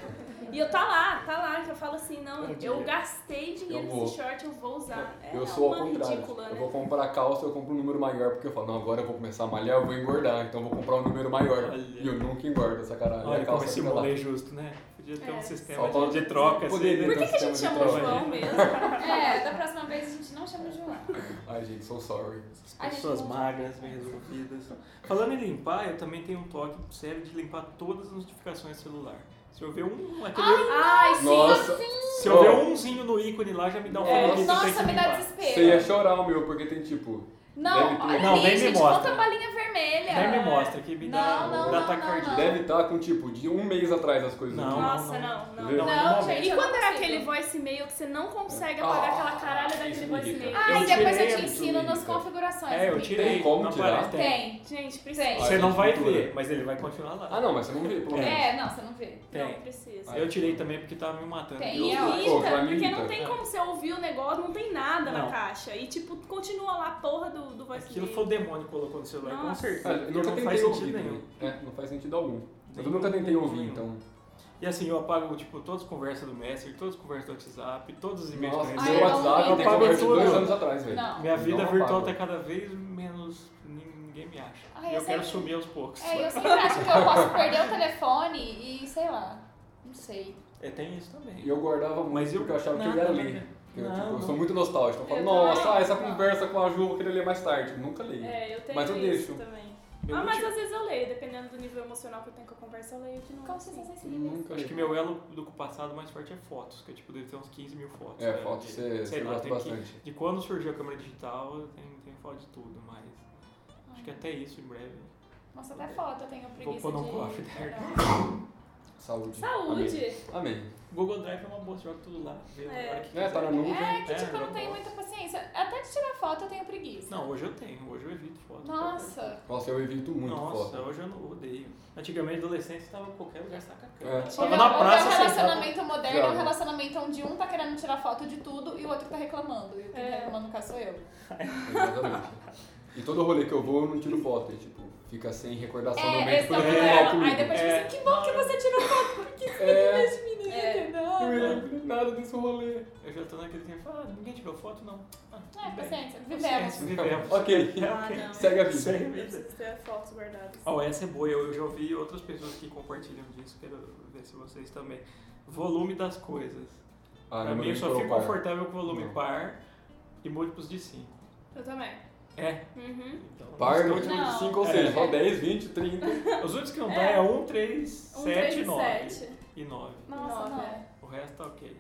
Speaker 4: E eu tá lá, tá lá, que eu falo assim, não,
Speaker 1: É
Speaker 4: eu
Speaker 1: dinheiro.
Speaker 4: gastei dinheiro
Speaker 3: Eu vou.
Speaker 4: nesse short, eu vou usar. É
Speaker 3: eu sou ao
Speaker 4: uma
Speaker 3: contrário. tipo,
Speaker 4: ridícula,
Speaker 3: eu
Speaker 4: né?
Speaker 3: vou comprar calça, eu compro um número maior, porque eu falo, não, agora eu vou começar a malhar, eu vou engordar, então eu vou comprar um número maior.
Speaker 1: Olha.
Speaker 3: E eu nunca engordo essa caralho. E
Speaker 1: Olha
Speaker 3: a
Speaker 1: como
Speaker 3: calça
Speaker 1: esse
Speaker 3: fica lá.
Speaker 1: mundo é justo, né? Podia ter
Speaker 4: É.
Speaker 1: um sistema
Speaker 3: Só
Speaker 1: de, de
Speaker 3: falta-
Speaker 1: troca assim,
Speaker 3: Poderia um
Speaker 1: né?
Speaker 4: Por que, que a gente
Speaker 3: Sistema de
Speaker 4: chama o
Speaker 1: trabalho.
Speaker 4: João mesmo?
Speaker 2: É, da próxima vez a gente não chama o João.
Speaker 3: Ai, gente, sou sorry.
Speaker 2: Ai,
Speaker 1: Pessoas
Speaker 2: gente,
Speaker 1: magras, bem resolvidas. Falando em limpar, eu também tenho um toque sério de limpar todas as notificações do celular. Se eu ver um, aquele,
Speaker 4: Ai, sim.
Speaker 3: Nossa,
Speaker 1: se eu ver
Speaker 3: Ó.
Speaker 1: umzinho no ícone lá, já me dá um
Speaker 3: É,
Speaker 1: favorito, eu tenho
Speaker 2: Nossa,
Speaker 1: que
Speaker 2: me dá
Speaker 1: limpar.
Speaker 2: desespero.
Speaker 3: você ia chorar o meu, porque tem tipo.
Speaker 2: Não,
Speaker 3: Deve ter.
Speaker 2: olha
Speaker 1: Não,
Speaker 2: aí,
Speaker 1: nem me
Speaker 2: gente,
Speaker 1: mostra.
Speaker 2: conta a bolinha vermelha.
Speaker 1: Nem me mostra, que me dá,
Speaker 2: Não, não,
Speaker 1: dá
Speaker 2: não,
Speaker 1: taquicardia.
Speaker 2: não, não.
Speaker 3: Deve estar com tipo, de um mês atrás as coisas
Speaker 1: Não.
Speaker 3: aqui.
Speaker 4: Nossa, não, não.
Speaker 3: Viu?
Speaker 2: Não,
Speaker 1: Normalmente.
Speaker 2: gente,
Speaker 4: E
Speaker 2: eu
Speaker 4: quando
Speaker 2: não
Speaker 4: era
Speaker 2: consigo.
Speaker 4: aquele voice mail que você não consegue apagar
Speaker 3: é Ah,
Speaker 4: aquela caralha
Speaker 3: isso Ah,
Speaker 4: daquele
Speaker 3: me
Speaker 4: voice
Speaker 3: irrita.
Speaker 4: mail?
Speaker 2: Ai,
Speaker 1: Eu
Speaker 2: depois eu
Speaker 1: tirei
Speaker 2: te
Speaker 3: isso,
Speaker 2: ensino nas
Speaker 3: Rita.
Speaker 2: configurações.
Speaker 1: É, eu
Speaker 2: Rita.
Speaker 1: tirei.
Speaker 3: Tem como
Speaker 1: não
Speaker 3: tirar?
Speaker 1: aparece, tem.
Speaker 2: Tem.
Speaker 4: Gente,
Speaker 2: Tem.
Speaker 3: Ah,
Speaker 4: precisa.
Speaker 1: Você não vai
Speaker 3: Cultura.
Speaker 1: ver, mas ele vai continuar lá.
Speaker 3: Ah, não, mas você não vê, pelo menos.
Speaker 2: É, não, você não vê.
Speaker 4: Não
Speaker 1: Tem.
Speaker 4: precisa.
Speaker 3: Ai,
Speaker 1: Eu tirei também porque tava me matando.
Speaker 2: Tem.
Speaker 4: É, E
Speaker 2: Eu-
Speaker 3: Ah, Pô,
Speaker 4: irrita,
Speaker 3: pra mim tá.
Speaker 4: porque
Speaker 3: irrita.
Speaker 4: não tem como você ouvir o negócio, não tem nada na
Speaker 1: Não.
Speaker 4: caixa. E tipo, continua lá a porra do, do voice
Speaker 1: Aquilo
Speaker 4: mail.
Speaker 1: foi o demônio que colocou no celular, com
Speaker 4: Nossa.
Speaker 1: certeza.
Speaker 3: Cara, Ah, eu
Speaker 1: Porque
Speaker 3: nunca
Speaker 1: não
Speaker 3: tentei
Speaker 1: faz
Speaker 3: ouvir.
Speaker 1: sentido nenhum.
Speaker 3: também. É, não faz sentido algum. Mas eu
Speaker 1: Nenhum,
Speaker 3: nunca tentei ouvir,
Speaker 1: nenhum.
Speaker 3: então.
Speaker 1: E assim, eu apago, tipo, todas as conversas do Messenger, todas as conversas do WhatsApp, todos os e-mails
Speaker 3: Nossa,
Speaker 1: que eu
Speaker 2: Ai,
Speaker 4: Ah,
Speaker 3: meu
Speaker 1: recebo.
Speaker 2: eu não
Speaker 3: WhatsApp
Speaker 2: vi.
Speaker 3: tem
Speaker 1: Eu apago
Speaker 3: conversa de dois
Speaker 1: tudo.
Speaker 3: anos atrás, velho.
Speaker 2: Não.
Speaker 1: Minha vida
Speaker 3: Não
Speaker 1: virtual
Speaker 3: apago.
Speaker 1: tá cada vez menos. Ninguém me acha.
Speaker 2: Ai,
Speaker 1: E
Speaker 2: eu
Speaker 1: eu quero
Speaker 2: sei.
Speaker 1: sumir aos poucos.
Speaker 2: Ah, É, eu sempre acho que eu posso perder o telefone e sei lá. Não sei.
Speaker 1: É, tem isso também.
Speaker 3: E eu guardava muito
Speaker 1: Mas eu-
Speaker 3: porque eu achava que
Speaker 1: Não,
Speaker 3: eu ia
Speaker 1: não,
Speaker 3: ler.
Speaker 1: não.
Speaker 3: Eu, tipo,
Speaker 1: Não,
Speaker 3: eu sou
Speaker 1: não.
Speaker 3: muito nostálgico. Eu falo,
Speaker 4: Eu
Speaker 3: nossa,
Speaker 4: também.
Speaker 3: ah, essa
Speaker 2: Não.
Speaker 3: conversa com a Ju eu queria ler mais tarde. Eu nunca leio.
Speaker 4: É, eu tenho
Speaker 3: Mas eu
Speaker 4: isso
Speaker 3: deixo.
Speaker 4: também.
Speaker 1: Eu
Speaker 4: ah,
Speaker 1: não
Speaker 4: mas
Speaker 1: tive-
Speaker 4: às vezes eu leio, dependendo do nível emocional que eu tenho com a conversa, eu leio de novo.
Speaker 2: Como
Speaker 4: assim.
Speaker 2: vocês são sensíveis?
Speaker 3: Nunca
Speaker 1: Acho que
Speaker 3: leio.
Speaker 1: meu elo do passado mais forte é fotos, que eu tipo, devo ter uns 15 mil fotos.
Speaker 3: É,
Speaker 1: né,
Speaker 3: foto
Speaker 1: de-
Speaker 3: você,
Speaker 1: sei
Speaker 3: você
Speaker 1: lá,
Speaker 3: gosta
Speaker 1: tem que-
Speaker 3: bastante.
Speaker 1: De quando surgiu a câmera digital, tem, tem foto de tudo, mas acho que até isso em breve.
Speaker 2: Nossa, até foto eu tenho preguiça
Speaker 1: pôr num
Speaker 2: de...
Speaker 1: cofre, né?
Speaker 2: guardar.
Speaker 3: Saúde.
Speaker 4: Saúde!
Speaker 3: Amém. Amém.
Speaker 1: Google Drive é uma boa, você joga tudo lá. Vê na
Speaker 4: É.
Speaker 1: hora que
Speaker 3: É, tá na
Speaker 1: quiser.
Speaker 3: nuvem.
Speaker 2: É que
Speaker 1: É,
Speaker 2: tipo, eu não
Speaker 1: eu
Speaker 2: tenho
Speaker 1: gosto.
Speaker 2: muita paciência. Até de tirar foto eu tenho preguiça.
Speaker 1: Não, hoje eu tenho, hoje eu evito foto.
Speaker 2: Nossa.
Speaker 3: Nossa, eu evito muito
Speaker 1: Nossa,
Speaker 3: foto.
Speaker 1: hoje eu não odeio. Antigamente, adolescente, você tava em qualquer lugar, você tava com a câmera.
Speaker 3: É.
Speaker 1: Tava
Speaker 2: Hoje é-
Speaker 1: na
Speaker 2: hoje
Speaker 1: praça, assim,
Speaker 2: é um
Speaker 1: você
Speaker 2: relacionamento moderno, é um
Speaker 3: Joga.
Speaker 2: relacionamento onde um tá querendo tirar foto de tudo e o outro tá reclamando. E o que
Speaker 4: É.
Speaker 2: tá reclamando no caso sou eu.
Speaker 3: Exatamente. E todo rolê que eu vou, eu não tiro foto. E, tipo, fica sem recordação no
Speaker 2: É,
Speaker 3: Tá um momento
Speaker 2: esse é o
Speaker 3: porque eu fico mal
Speaker 2: problema. Aí
Speaker 3: comigo.
Speaker 2: depois
Speaker 1: É.
Speaker 2: tipo assim, que bom que você tirou foto, porque você
Speaker 3: É.
Speaker 2: é. esse menino,
Speaker 4: É.
Speaker 2: não.
Speaker 3: Eu não lembro nada desse rolê.
Speaker 1: Eu já tô naquele tempo, ah, ninguém tirou foto, não. Ah, tudo
Speaker 2: É,
Speaker 1: bem.
Speaker 2: paciência, vivemos.
Speaker 1: Paciência, vivemos.
Speaker 3: Ok.
Speaker 1: É,
Speaker 4: Ah,
Speaker 1: ok.
Speaker 4: não.
Speaker 3: Segue a vida.
Speaker 1: Segue a
Speaker 4: Eu
Speaker 1: vida.
Speaker 4: preciso ter fotos guardadas.
Speaker 1: Oh, essa é boa, eu eu já ouvi outras pessoas que compartilham disso, quero ver se vocês também. Volume das coisas.
Speaker 3: Ah,
Speaker 1: pra
Speaker 3: meu
Speaker 1: mim, eu
Speaker 3: Deus,
Speaker 1: só fico
Speaker 3: par.
Speaker 1: confortável com volume
Speaker 3: Não.
Speaker 1: par e múltiplos de 5.
Speaker 4: Eu também.
Speaker 1: É,
Speaker 4: Uhum.
Speaker 1: então.
Speaker 3: Par,
Speaker 1: os,
Speaker 3: múltiplo de
Speaker 2: Não.
Speaker 3: 5, ou
Speaker 1: É.
Speaker 3: seja, só 10, 20, 30.
Speaker 1: os únicos que não dá é 1, 3,
Speaker 4: Um
Speaker 1: 7
Speaker 4: três
Speaker 1: e
Speaker 4: e
Speaker 1: 9.
Speaker 4: sete.
Speaker 1: E 9.
Speaker 2: Nossa,
Speaker 4: Nove,
Speaker 2: não.
Speaker 4: é.
Speaker 1: O resto tá ok.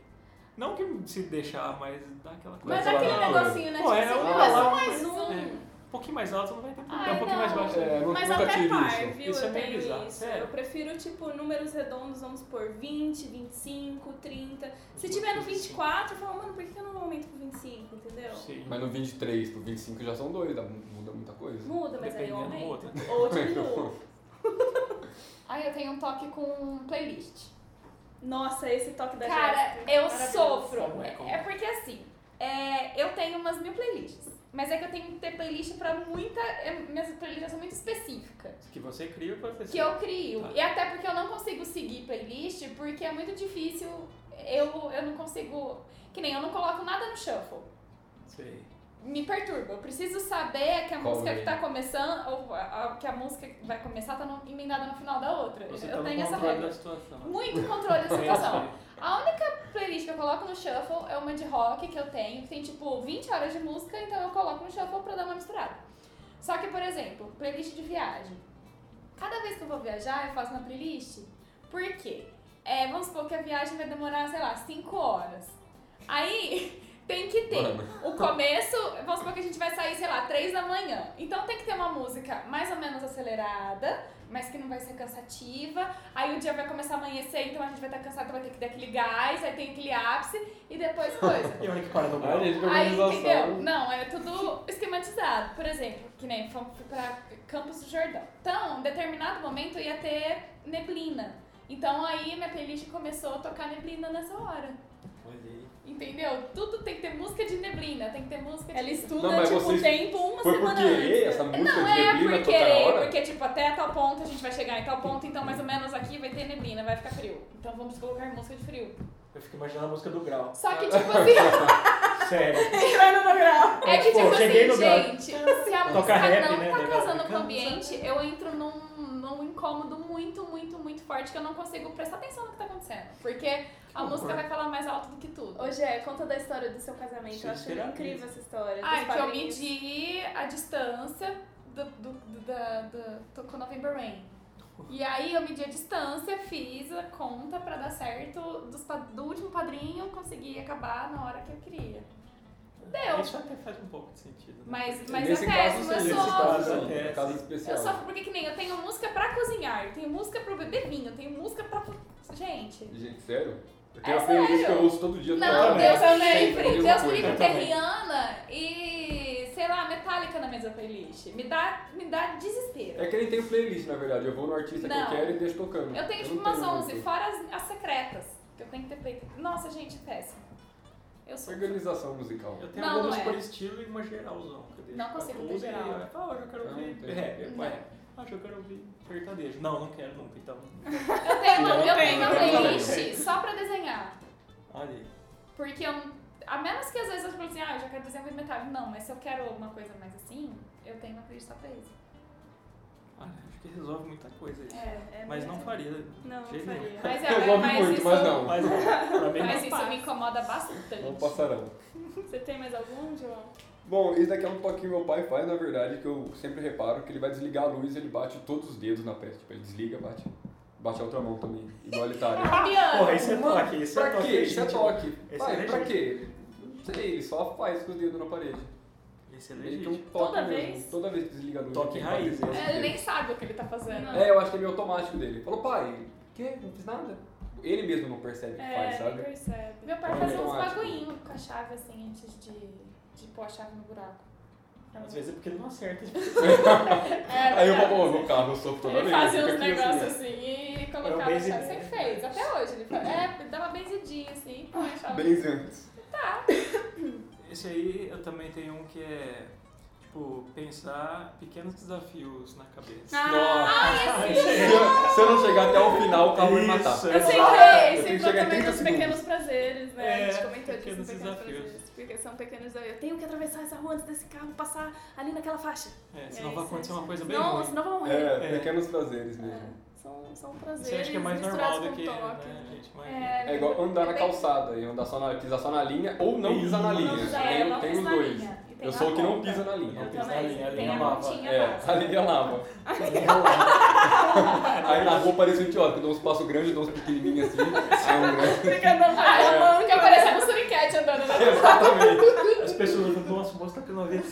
Speaker 1: Não que se deixar, mas dá aquela coisa.
Speaker 4: Mas
Speaker 3: Vai
Speaker 4: aquele
Speaker 3: falar,
Speaker 4: negocinho, né?
Speaker 1: Pô, é
Speaker 4: tipo
Speaker 1: um
Speaker 4: assim,
Speaker 3: lá,
Speaker 4: é só
Speaker 1: um
Speaker 4: mais
Speaker 1: mais
Speaker 4: um.
Speaker 1: um. Um pouquinho mais alto não vai ter problema.
Speaker 2: Ai,
Speaker 1: um pouquinho mais
Speaker 2: não.
Speaker 1: baixo.
Speaker 3: É, nu-
Speaker 4: Mas
Speaker 3: nunca
Speaker 4: até
Speaker 3: tive
Speaker 4: par,
Speaker 3: isso.
Speaker 4: viu?
Speaker 1: Isso é
Speaker 4: eu
Speaker 1: bem
Speaker 4: tenho
Speaker 1: bizarro,
Speaker 4: isso.
Speaker 1: sério.
Speaker 4: Eu prefiro, tipo, números redondos, vamos por 20, 25, 30.
Speaker 2: É.
Speaker 4: Se tiver no 24, eu falo, mano, por que que eu não aumento pro 25, entendeu?
Speaker 1: Sim.
Speaker 3: Mas no 23 pro 25 já são dois, dá- muda muita coisa.
Speaker 4: Muda, mas aí eu
Speaker 1: Dependendo,
Speaker 4: aumento.
Speaker 1: muda.
Speaker 4: Ou diminuo.
Speaker 2: Ai, eu tenho um toque com playlist.
Speaker 4: Nossa, esse toque da
Speaker 2: Cara,
Speaker 4: Jéssica. é
Speaker 2: eu
Speaker 4: Maravilhoso.
Speaker 2: sofro.
Speaker 1: Como é, como é?
Speaker 2: É porque assim, é, eu tenho umas mil playlists. Mas é que eu tenho que ter playlist pra muita. é, Minhas playlists são muito específicas.
Speaker 1: Que você cria pra você.
Speaker 2: que eu crio.
Speaker 1: Tá.
Speaker 2: E até porque eu não consigo seguir playlist, porque é muito difícil. Eu, eu não consigo. Que nem eu não coloco nada no shuffle.
Speaker 1: Sei.
Speaker 2: Me perturba. Eu preciso saber que a
Speaker 3: Qual
Speaker 2: música
Speaker 3: vem?
Speaker 2: que tá começando, ou a- a- que a música que vai começar tá no- emendada no final da outra.
Speaker 1: Você
Speaker 2: eu
Speaker 1: tá no
Speaker 2: tenho essa
Speaker 1: controle
Speaker 2: regra.
Speaker 1: da situação.
Speaker 2: Muito controle da situação.
Speaker 1: Entendi.
Speaker 2: A única playlist que eu coloco no shuffle é uma de rock que eu tenho, que tem tipo 20 horas de música, então eu coloco no shuffle pra dar uma misturada. Só que, por exemplo, playlist de viagem. Cada vez que eu vou viajar, eu faço na playlist. Por quê? É, vamos supor que a viagem vai demorar, sei lá, 5 horas. Aí tem que ter
Speaker 3: Mano.
Speaker 2: o começo, vamos supor que a gente vai sair, sei lá, 3 da manhã. Então tem que ter uma música mais ou menos acelerada, mas que não vai ser cansativa. Aí o dia vai começar a amanhecer, então a gente vai estar cansado, vai ter que dar aquele gás, aí tem aquele ápice e depois coisa.
Speaker 1: E olha que para no
Speaker 3: Ai,
Speaker 1: grau.
Speaker 3: gente, que
Speaker 2: Aí, entendeu?
Speaker 3: organização.
Speaker 2: Não, é tudo esquematizado. Por exemplo, que nem fomos pra Campos do Jordão. Então, em determinado momento ia ter neblina. Então aí minha playlist começou a tocar neblina nessa hora.
Speaker 1: Olha aí.
Speaker 2: Entendeu? Tudo tem que ter música de neblina, tem que ter música de.
Speaker 4: Ela estuda,
Speaker 3: Não, mas
Speaker 4: tipo,
Speaker 3: vocês-
Speaker 4: tempo uma
Speaker 3: Foi por
Speaker 4: semana
Speaker 3: querer
Speaker 4: antes.
Speaker 3: essa música
Speaker 2: Não
Speaker 3: de
Speaker 2: é
Speaker 3: neblina
Speaker 2: por
Speaker 3: toda
Speaker 2: querer,
Speaker 3: hora?
Speaker 2: porque tipo, até tal ponto a gente vai chegar em tal ponto, então mais ou menos aqui vai ter neblina, vai ficar frio. Então vamos colocar música de frio.
Speaker 1: Eu fico imaginando a música do grau.
Speaker 2: Só que tipo
Speaker 3: Ah.
Speaker 2: assim,
Speaker 1: Sério.
Speaker 4: Entrando no grau.
Speaker 2: é que
Speaker 1: Pô,
Speaker 2: tipo
Speaker 1: cheguei no grau.
Speaker 2: assim, gente, se a música
Speaker 1: rap,
Speaker 2: não
Speaker 1: né,
Speaker 2: tá
Speaker 1: né,
Speaker 2: casando com o
Speaker 1: cara?
Speaker 2: ambiente, eu entro num, num incômodo muito, muito, muito forte que eu não consigo prestar atenção no que tá acontecendo. Porque a
Speaker 1: horror.
Speaker 2: música vai falar mais alto do que tudo.
Speaker 4: Ô, Gé, conta da história do seu casamento. Eu acho
Speaker 1: Cheio de
Speaker 4: incrível essa história.
Speaker 2: Ah,
Speaker 4: dos
Speaker 2: é que eu
Speaker 4: padrinhos.
Speaker 2: medi a distância do, do, do, da, da- tocou November Rain. E aí eu medi a distância, fiz a conta pra dar certo dos, pa- do último padrinho, consegui acabar na hora que eu queria. Deu.
Speaker 1: Isso até faz um pouco de sentido. Né?
Speaker 2: Mas, mas
Speaker 3: nesse
Speaker 2: é
Speaker 3: caso,
Speaker 2: péssimo, eu
Speaker 3: sim, nesse
Speaker 2: sofro.
Speaker 3: caso,
Speaker 1: sou-
Speaker 3: sim, no caso
Speaker 2: Eu
Speaker 3: especial.
Speaker 2: sofro porque que nem eu tenho música pra cozinhar, eu tenho música pra beber vinho, eu tenho música pra. Gente.
Speaker 3: Gente, sério? Eu tenho
Speaker 2: É
Speaker 3: uma playlist que
Speaker 2: sério.
Speaker 3: eu ouço todo dia.
Speaker 2: Não,
Speaker 1: também.
Speaker 2: Deus
Speaker 3: Deus
Speaker 2: me
Speaker 3: também.
Speaker 2: livre. Deus me livre
Speaker 1: Eu
Speaker 2: ter
Speaker 1: também.
Speaker 2: Rihanna e, sei lá, Metallica na mesma playlist. Me dá, me dá desespero.
Speaker 3: É que nem tem playlist, na verdade. Eu vou no artista
Speaker 2: Não.
Speaker 3: que eu quero e deixo tocando.
Speaker 2: Eu tenho tipo
Speaker 3: não
Speaker 2: umas
Speaker 3: muito.
Speaker 2: 11, fora as, as secretas, que eu tenho que ter feito. Nossa, gente, é péssimo. Eu sou.
Speaker 3: Organização musical.
Speaker 1: Eu tenho
Speaker 2: Não,
Speaker 1: algumas
Speaker 2: não é.
Speaker 1: por estilo e uma geralzão. que eu deixo
Speaker 2: Não
Speaker 1: pra
Speaker 2: consigo ter
Speaker 1: tudo e
Speaker 2: geral.
Speaker 1: eu falo, Ah, hoje eu quero
Speaker 3: Eu não
Speaker 1: ouvir
Speaker 3: tenho.
Speaker 1: rap. Vai.
Speaker 2: Não.
Speaker 1: Ah, hoje eu quero ouvir sertanejo. Não, não quero nunca, então.
Speaker 2: Eu tenho,
Speaker 3: Não
Speaker 2: eu
Speaker 4: tem,
Speaker 2: tenho uma
Speaker 1: não tem.
Speaker 2: playlist só pra desenhar.
Speaker 1: Olha aí.
Speaker 2: Porque eu. A menos que às vezes eu falo assim, ah, eu já quero desenhar muito metálico. Não, mas se eu quero alguma coisa mais assim, eu tenho uma playlist só pra isso.
Speaker 1: Olha, Ah, acho que resolve muita coisa isso.
Speaker 4: É, é
Speaker 1: Mas não
Speaker 4: muito-
Speaker 1: faria. né?
Speaker 4: Não, não
Speaker 1: Jeito nenhum.
Speaker 4: faria.
Speaker 2: Mas é,
Speaker 3: Resolve
Speaker 2: mas
Speaker 3: muito,
Speaker 2: isso,
Speaker 3: mas não.
Speaker 1: Mas pra mim
Speaker 2: Mas
Speaker 1: não.
Speaker 2: isso é me incomoda bastante.
Speaker 3: Não passarão.
Speaker 4: Você tem mais algum, João?
Speaker 3: Bom, isso daqui é um toque que meu pai faz, na verdade, que eu sempre reparo, que ele vai desligar a luz e ele bate todos os dedos na peça. Tipo, ele desliga, bate. Bate a outra mão também, igualitário.
Speaker 2: Fabiano,
Speaker 1: Porra, isso é
Speaker 3: Mano,
Speaker 1: toque, isso é
Speaker 3: né? pra
Speaker 1: toque.
Speaker 3: quê? Isso é
Speaker 1: legítimo.
Speaker 3: toque.
Speaker 1: Esse
Speaker 3: Pai,
Speaker 1: é
Speaker 3: pra quê?
Speaker 1: legítimo.
Speaker 3: Não sei, ele só faz com os dedos na parede.
Speaker 1: Esse é
Speaker 3: Meio que um
Speaker 1: legítimo.
Speaker 3: toque
Speaker 4: Toda
Speaker 3: mesmo.
Speaker 4: vez?
Speaker 3: Toda vez que desliga a luz.
Speaker 1: Toque
Speaker 3: ele
Speaker 1: raiz,
Speaker 3: bate
Speaker 1: né?
Speaker 3: nos
Speaker 2: ele nem
Speaker 3: dedos.
Speaker 2: sabe o que ele tá fazendo.
Speaker 4: Não.
Speaker 3: É, eu acho que é meio automático dele. Falou, pai, quê? Não fiz nada. Ele mesmo não percebe o que faz,
Speaker 4: É,
Speaker 3: sabe?
Speaker 4: nem percebe.
Speaker 2: Meu pai
Speaker 3: É
Speaker 2: fazia uns
Speaker 3: automático.
Speaker 2: bagulhinhos com a chave assim antes de, de pôr a chave no buraco.
Speaker 4: Tá
Speaker 1: Às vezes é porque ele não acerta.
Speaker 3: Aí eu
Speaker 2: É,
Speaker 3: vou, no carro, eu sofro toda
Speaker 2: Ele
Speaker 3: vez.
Speaker 2: fazia
Speaker 3: fica
Speaker 2: uns
Speaker 3: aqui, assim,
Speaker 2: negócios
Speaker 3: ó.
Speaker 2: assim e
Speaker 1: É um
Speaker 2: colocava a
Speaker 1: benzidinho.
Speaker 2: chave. Sempre fez, até hoje. Ele fa- é, dava benzidinha assim, põe a chave.
Speaker 3: Bem antes.
Speaker 1: Esse aí eu também tenho um que é, tipo, pensar pequenos desafios na cabeça.
Speaker 3: Ah, Nossa.
Speaker 1: Ah,
Speaker 3: se, eu, se eu não chegar até o final, o carro vai me matar.
Speaker 1: Isso,
Speaker 4: Eu sei
Speaker 1: exato.
Speaker 3: Eu
Speaker 4: que
Speaker 3: tenho que
Speaker 4: esse
Speaker 3: chegar em
Speaker 4: também
Speaker 3: 30
Speaker 4: dos
Speaker 3: segundos.
Speaker 4: pequenos prazeres, né? a gente
Speaker 1: É,
Speaker 4: comentou disso,
Speaker 1: pequenos
Speaker 4: pequenos
Speaker 1: desafios.
Speaker 4: prazeres. Porque são pequenos desafios. Eu tenho que atravessar essa rua antes desse carro passar ali naquela faixa.
Speaker 1: É,
Speaker 4: É,
Speaker 1: senão vai
Speaker 4: isso,
Speaker 1: acontecer
Speaker 4: isso.
Speaker 1: uma coisa bem
Speaker 4: Não,
Speaker 1: ruim.
Speaker 4: senão vou morrer.
Speaker 3: É, pequenos prazeres mesmo.
Speaker 4: É, São, são
Speaker 1: Isso eu
Speaker 4: prazeres
Speaker 1: acho que é mais normal
Speaker 4: misturados
Speaker 1: do
Speaker 4: com
Speaker 1: que
Speaker 4: toque.
Speaker 1: né, gente mas-
Speaker 2: É.
Speaker 3: É igual andar na
Speaker 2: Bem-
Speaker 3: calçada e andar só na, pisar só na linha ou não pisar na
Speaker 1: Não
Speaker 3: linha.
Speaker 1: pisar,
Speaker 3: Tem-
Speaker 2: não
Speaker 3: tem
Speaker 2: pisa
Speaker 3: os
Speaker 2: na
Speaker 3: dois.
Speaker 2: linha. E tem
Speaker 3: Eu
Speaker 2: a
Speaker 3: sou o que não
Speaker 2: ponta.
Speaker 3: pisa na
Speaker 1: Eu não
Speaker 3: linha.
Speaker 1: fiz na linha, a
Speaker 2: Tem
Speaker 1: linha
Speaker 2: a
Speaker 1: lava.
Speaker 2: pontinha
Speaker 3: É, a
Speaker 2: básica.
Speaker 3: linha lava. Aí na rua parece um idiota, que eu dou uns passos grandes, dou uns pequenininhos assim. Aí um grande.
Speaker 4: Fica andando com
Speaker 2: Ah,
Speaker 1: É.
Speaker 3: É.
Speaker 4: a mão,
Speaker 2: eu fica parecendo um suriquete andando na
Speaker 3: Exatamente.
Speaker 1: As pessoas falam, nossa, o moço tá com 90.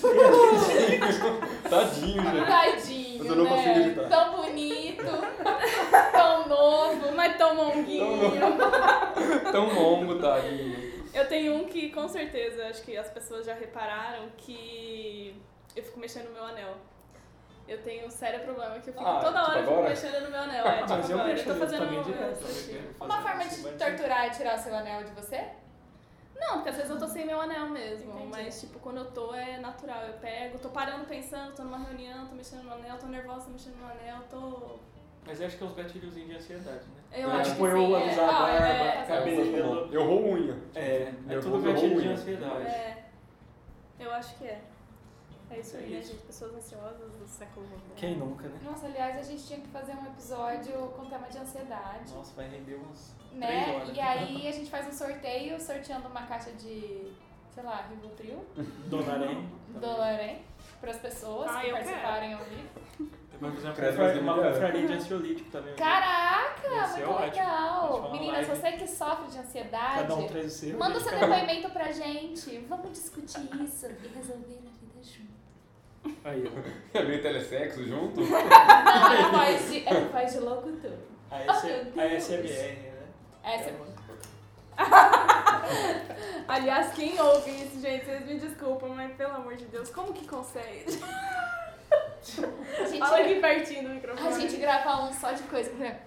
Speaker 3: Tadinho, gente.
Speaker 2: Tadinho,
Speaker 3: Mas eu não
Speaker 2: né?
Speaker 3: consigo evitar.
Speaker 2: Tão bonito, tão novo, mas tão monguinho.
Speaker 3: Tão longo, tadinho.
Speaker 4: Eu tenho um que com certeza acho que as pessoas já repararam que eu fico mexendo no meu anel. Eu tenho um sério problema que eu fico
Speaker 3: Ah, tipo
Speaker 4: toda hora eu fico
Speaker 3: agora?
Speaker 4: mexendo no meu anel. É, tipo,
Speaker 1: Mas eu
Speaker 4: agora.
Speaker 1: mexo
Speaker 4: tô
Speaker 1: nisso
Speaker 4: fazendo
Speaker 1: também
Speaker 4: um-
Speaker 1: direto. né?
Speaker 4: esse
Speaker 1: eu
Speaker 4: tipo.
Speaker 1: quero fazer
Speaker 2: Uma forma de
Speaker 1: isso, mas-
Speaker 2: torturar e tirar o seu anel de você?
Speaker 4: Não, porque às vezes eu tô sem meu anel mesmo.
Speaker 2: Entendi.
Speaker 4: Mas, tipo, quando eu tô é natural. Eu pego, tô parando, pensando, tô numa reunião, tô mexendo no anel, tô nervosa, tô mexendo no anel, tô.
Speaker 1: Mas eu acho que é uns gatilhozinhos de ansiedade, né?
Speaker 4: Eu
Speaker 3: É,
Speaker 4: acho
Speaker 1: tipo,
Speaker 4: que
Speaker 1: eu
Speaker 4: sim, é.
Speaker 1: alisar a
Speaker 4: Ah,
Speaker 1: barba,
Speaker 4: é,
Speaker 1: a cabeça.
Speaker 3: Eu, eu roubo unha.
Speaker 1: É, é
Speaker 3: Eu
Speaker 1: tudo
Speaker 3: vou-
Speaker 1: gatilho de
Speaker 3: eu-
Speaker 1: ansiedade.
Speaker 4: É. Eu acho que é. É isso
Speaker 1: É
Speaker 4: aí, né,
Speaker 1: isso.
Speaker 4: gente? Pessoas ansiosas do século XXI.
Speaker 1: Quem nunca, né?
Speaker 2: Nossa, aliás, a gente tinha que fazer um episódio com tema de ansiedade,
Speaker 1: Nossa, vai render umas três
Speaker 2: né?
Speaker 1: horas.
Speaker 2: E aí a gente faz um sorteio, sorteando uma caixa de, sei lá, Rivotril,
Speaker 1: Donarém.
Speaker 2: Dolorem, para as pessoas
Speaker 4: Ah,
Speaker 2: que
Speaker 4: eu
Speaker 2: participarem ao vivo.
Speaker 1: Vai fazer uma
Speaker 3: Credo,
Speaker 1: confra- uma
Speaker 3: Emiliano.
Speaker 1: confraria de ansiolítico também. né?
Speaker 2: Caraca,
Speaker 1: Ia ser
Speaker 2: muito
Speaker 1: ótimo. A gente
Speaker 2: legal!
Speaker 1: fala
Speaker 2: Meninas,
Speaker 1: live.
Speaker 2: você que sofre de ansiedade,
Speaker 1: Cada um traz o seu.
Speaker 2: manda seu depoimento pra gente. Vamos discutir isso e resolver a vida junto.
Speaker 1: Aí, ó.
Speaker 3: É meio telesexo junto. É
Speaker 2: Não, ela faz de, ela faz de locutor. É,
Speaker 1: A,
Speaker 2: Oh, meu
Speaker 1: S- a
Speaker 2: Deus.
Speaker 1: SMR, né?
Speaker 2: Essa
Speaker 4: Aliás, quem ouve isso, gente, vocês me desculpam, mas pelo amor de Deus, como que consegue?
Speaker 2: a gente,
Speaker 4: Fala aqui pertinho do microfone.
Speaker 2: a gente grava um só de coisa, né?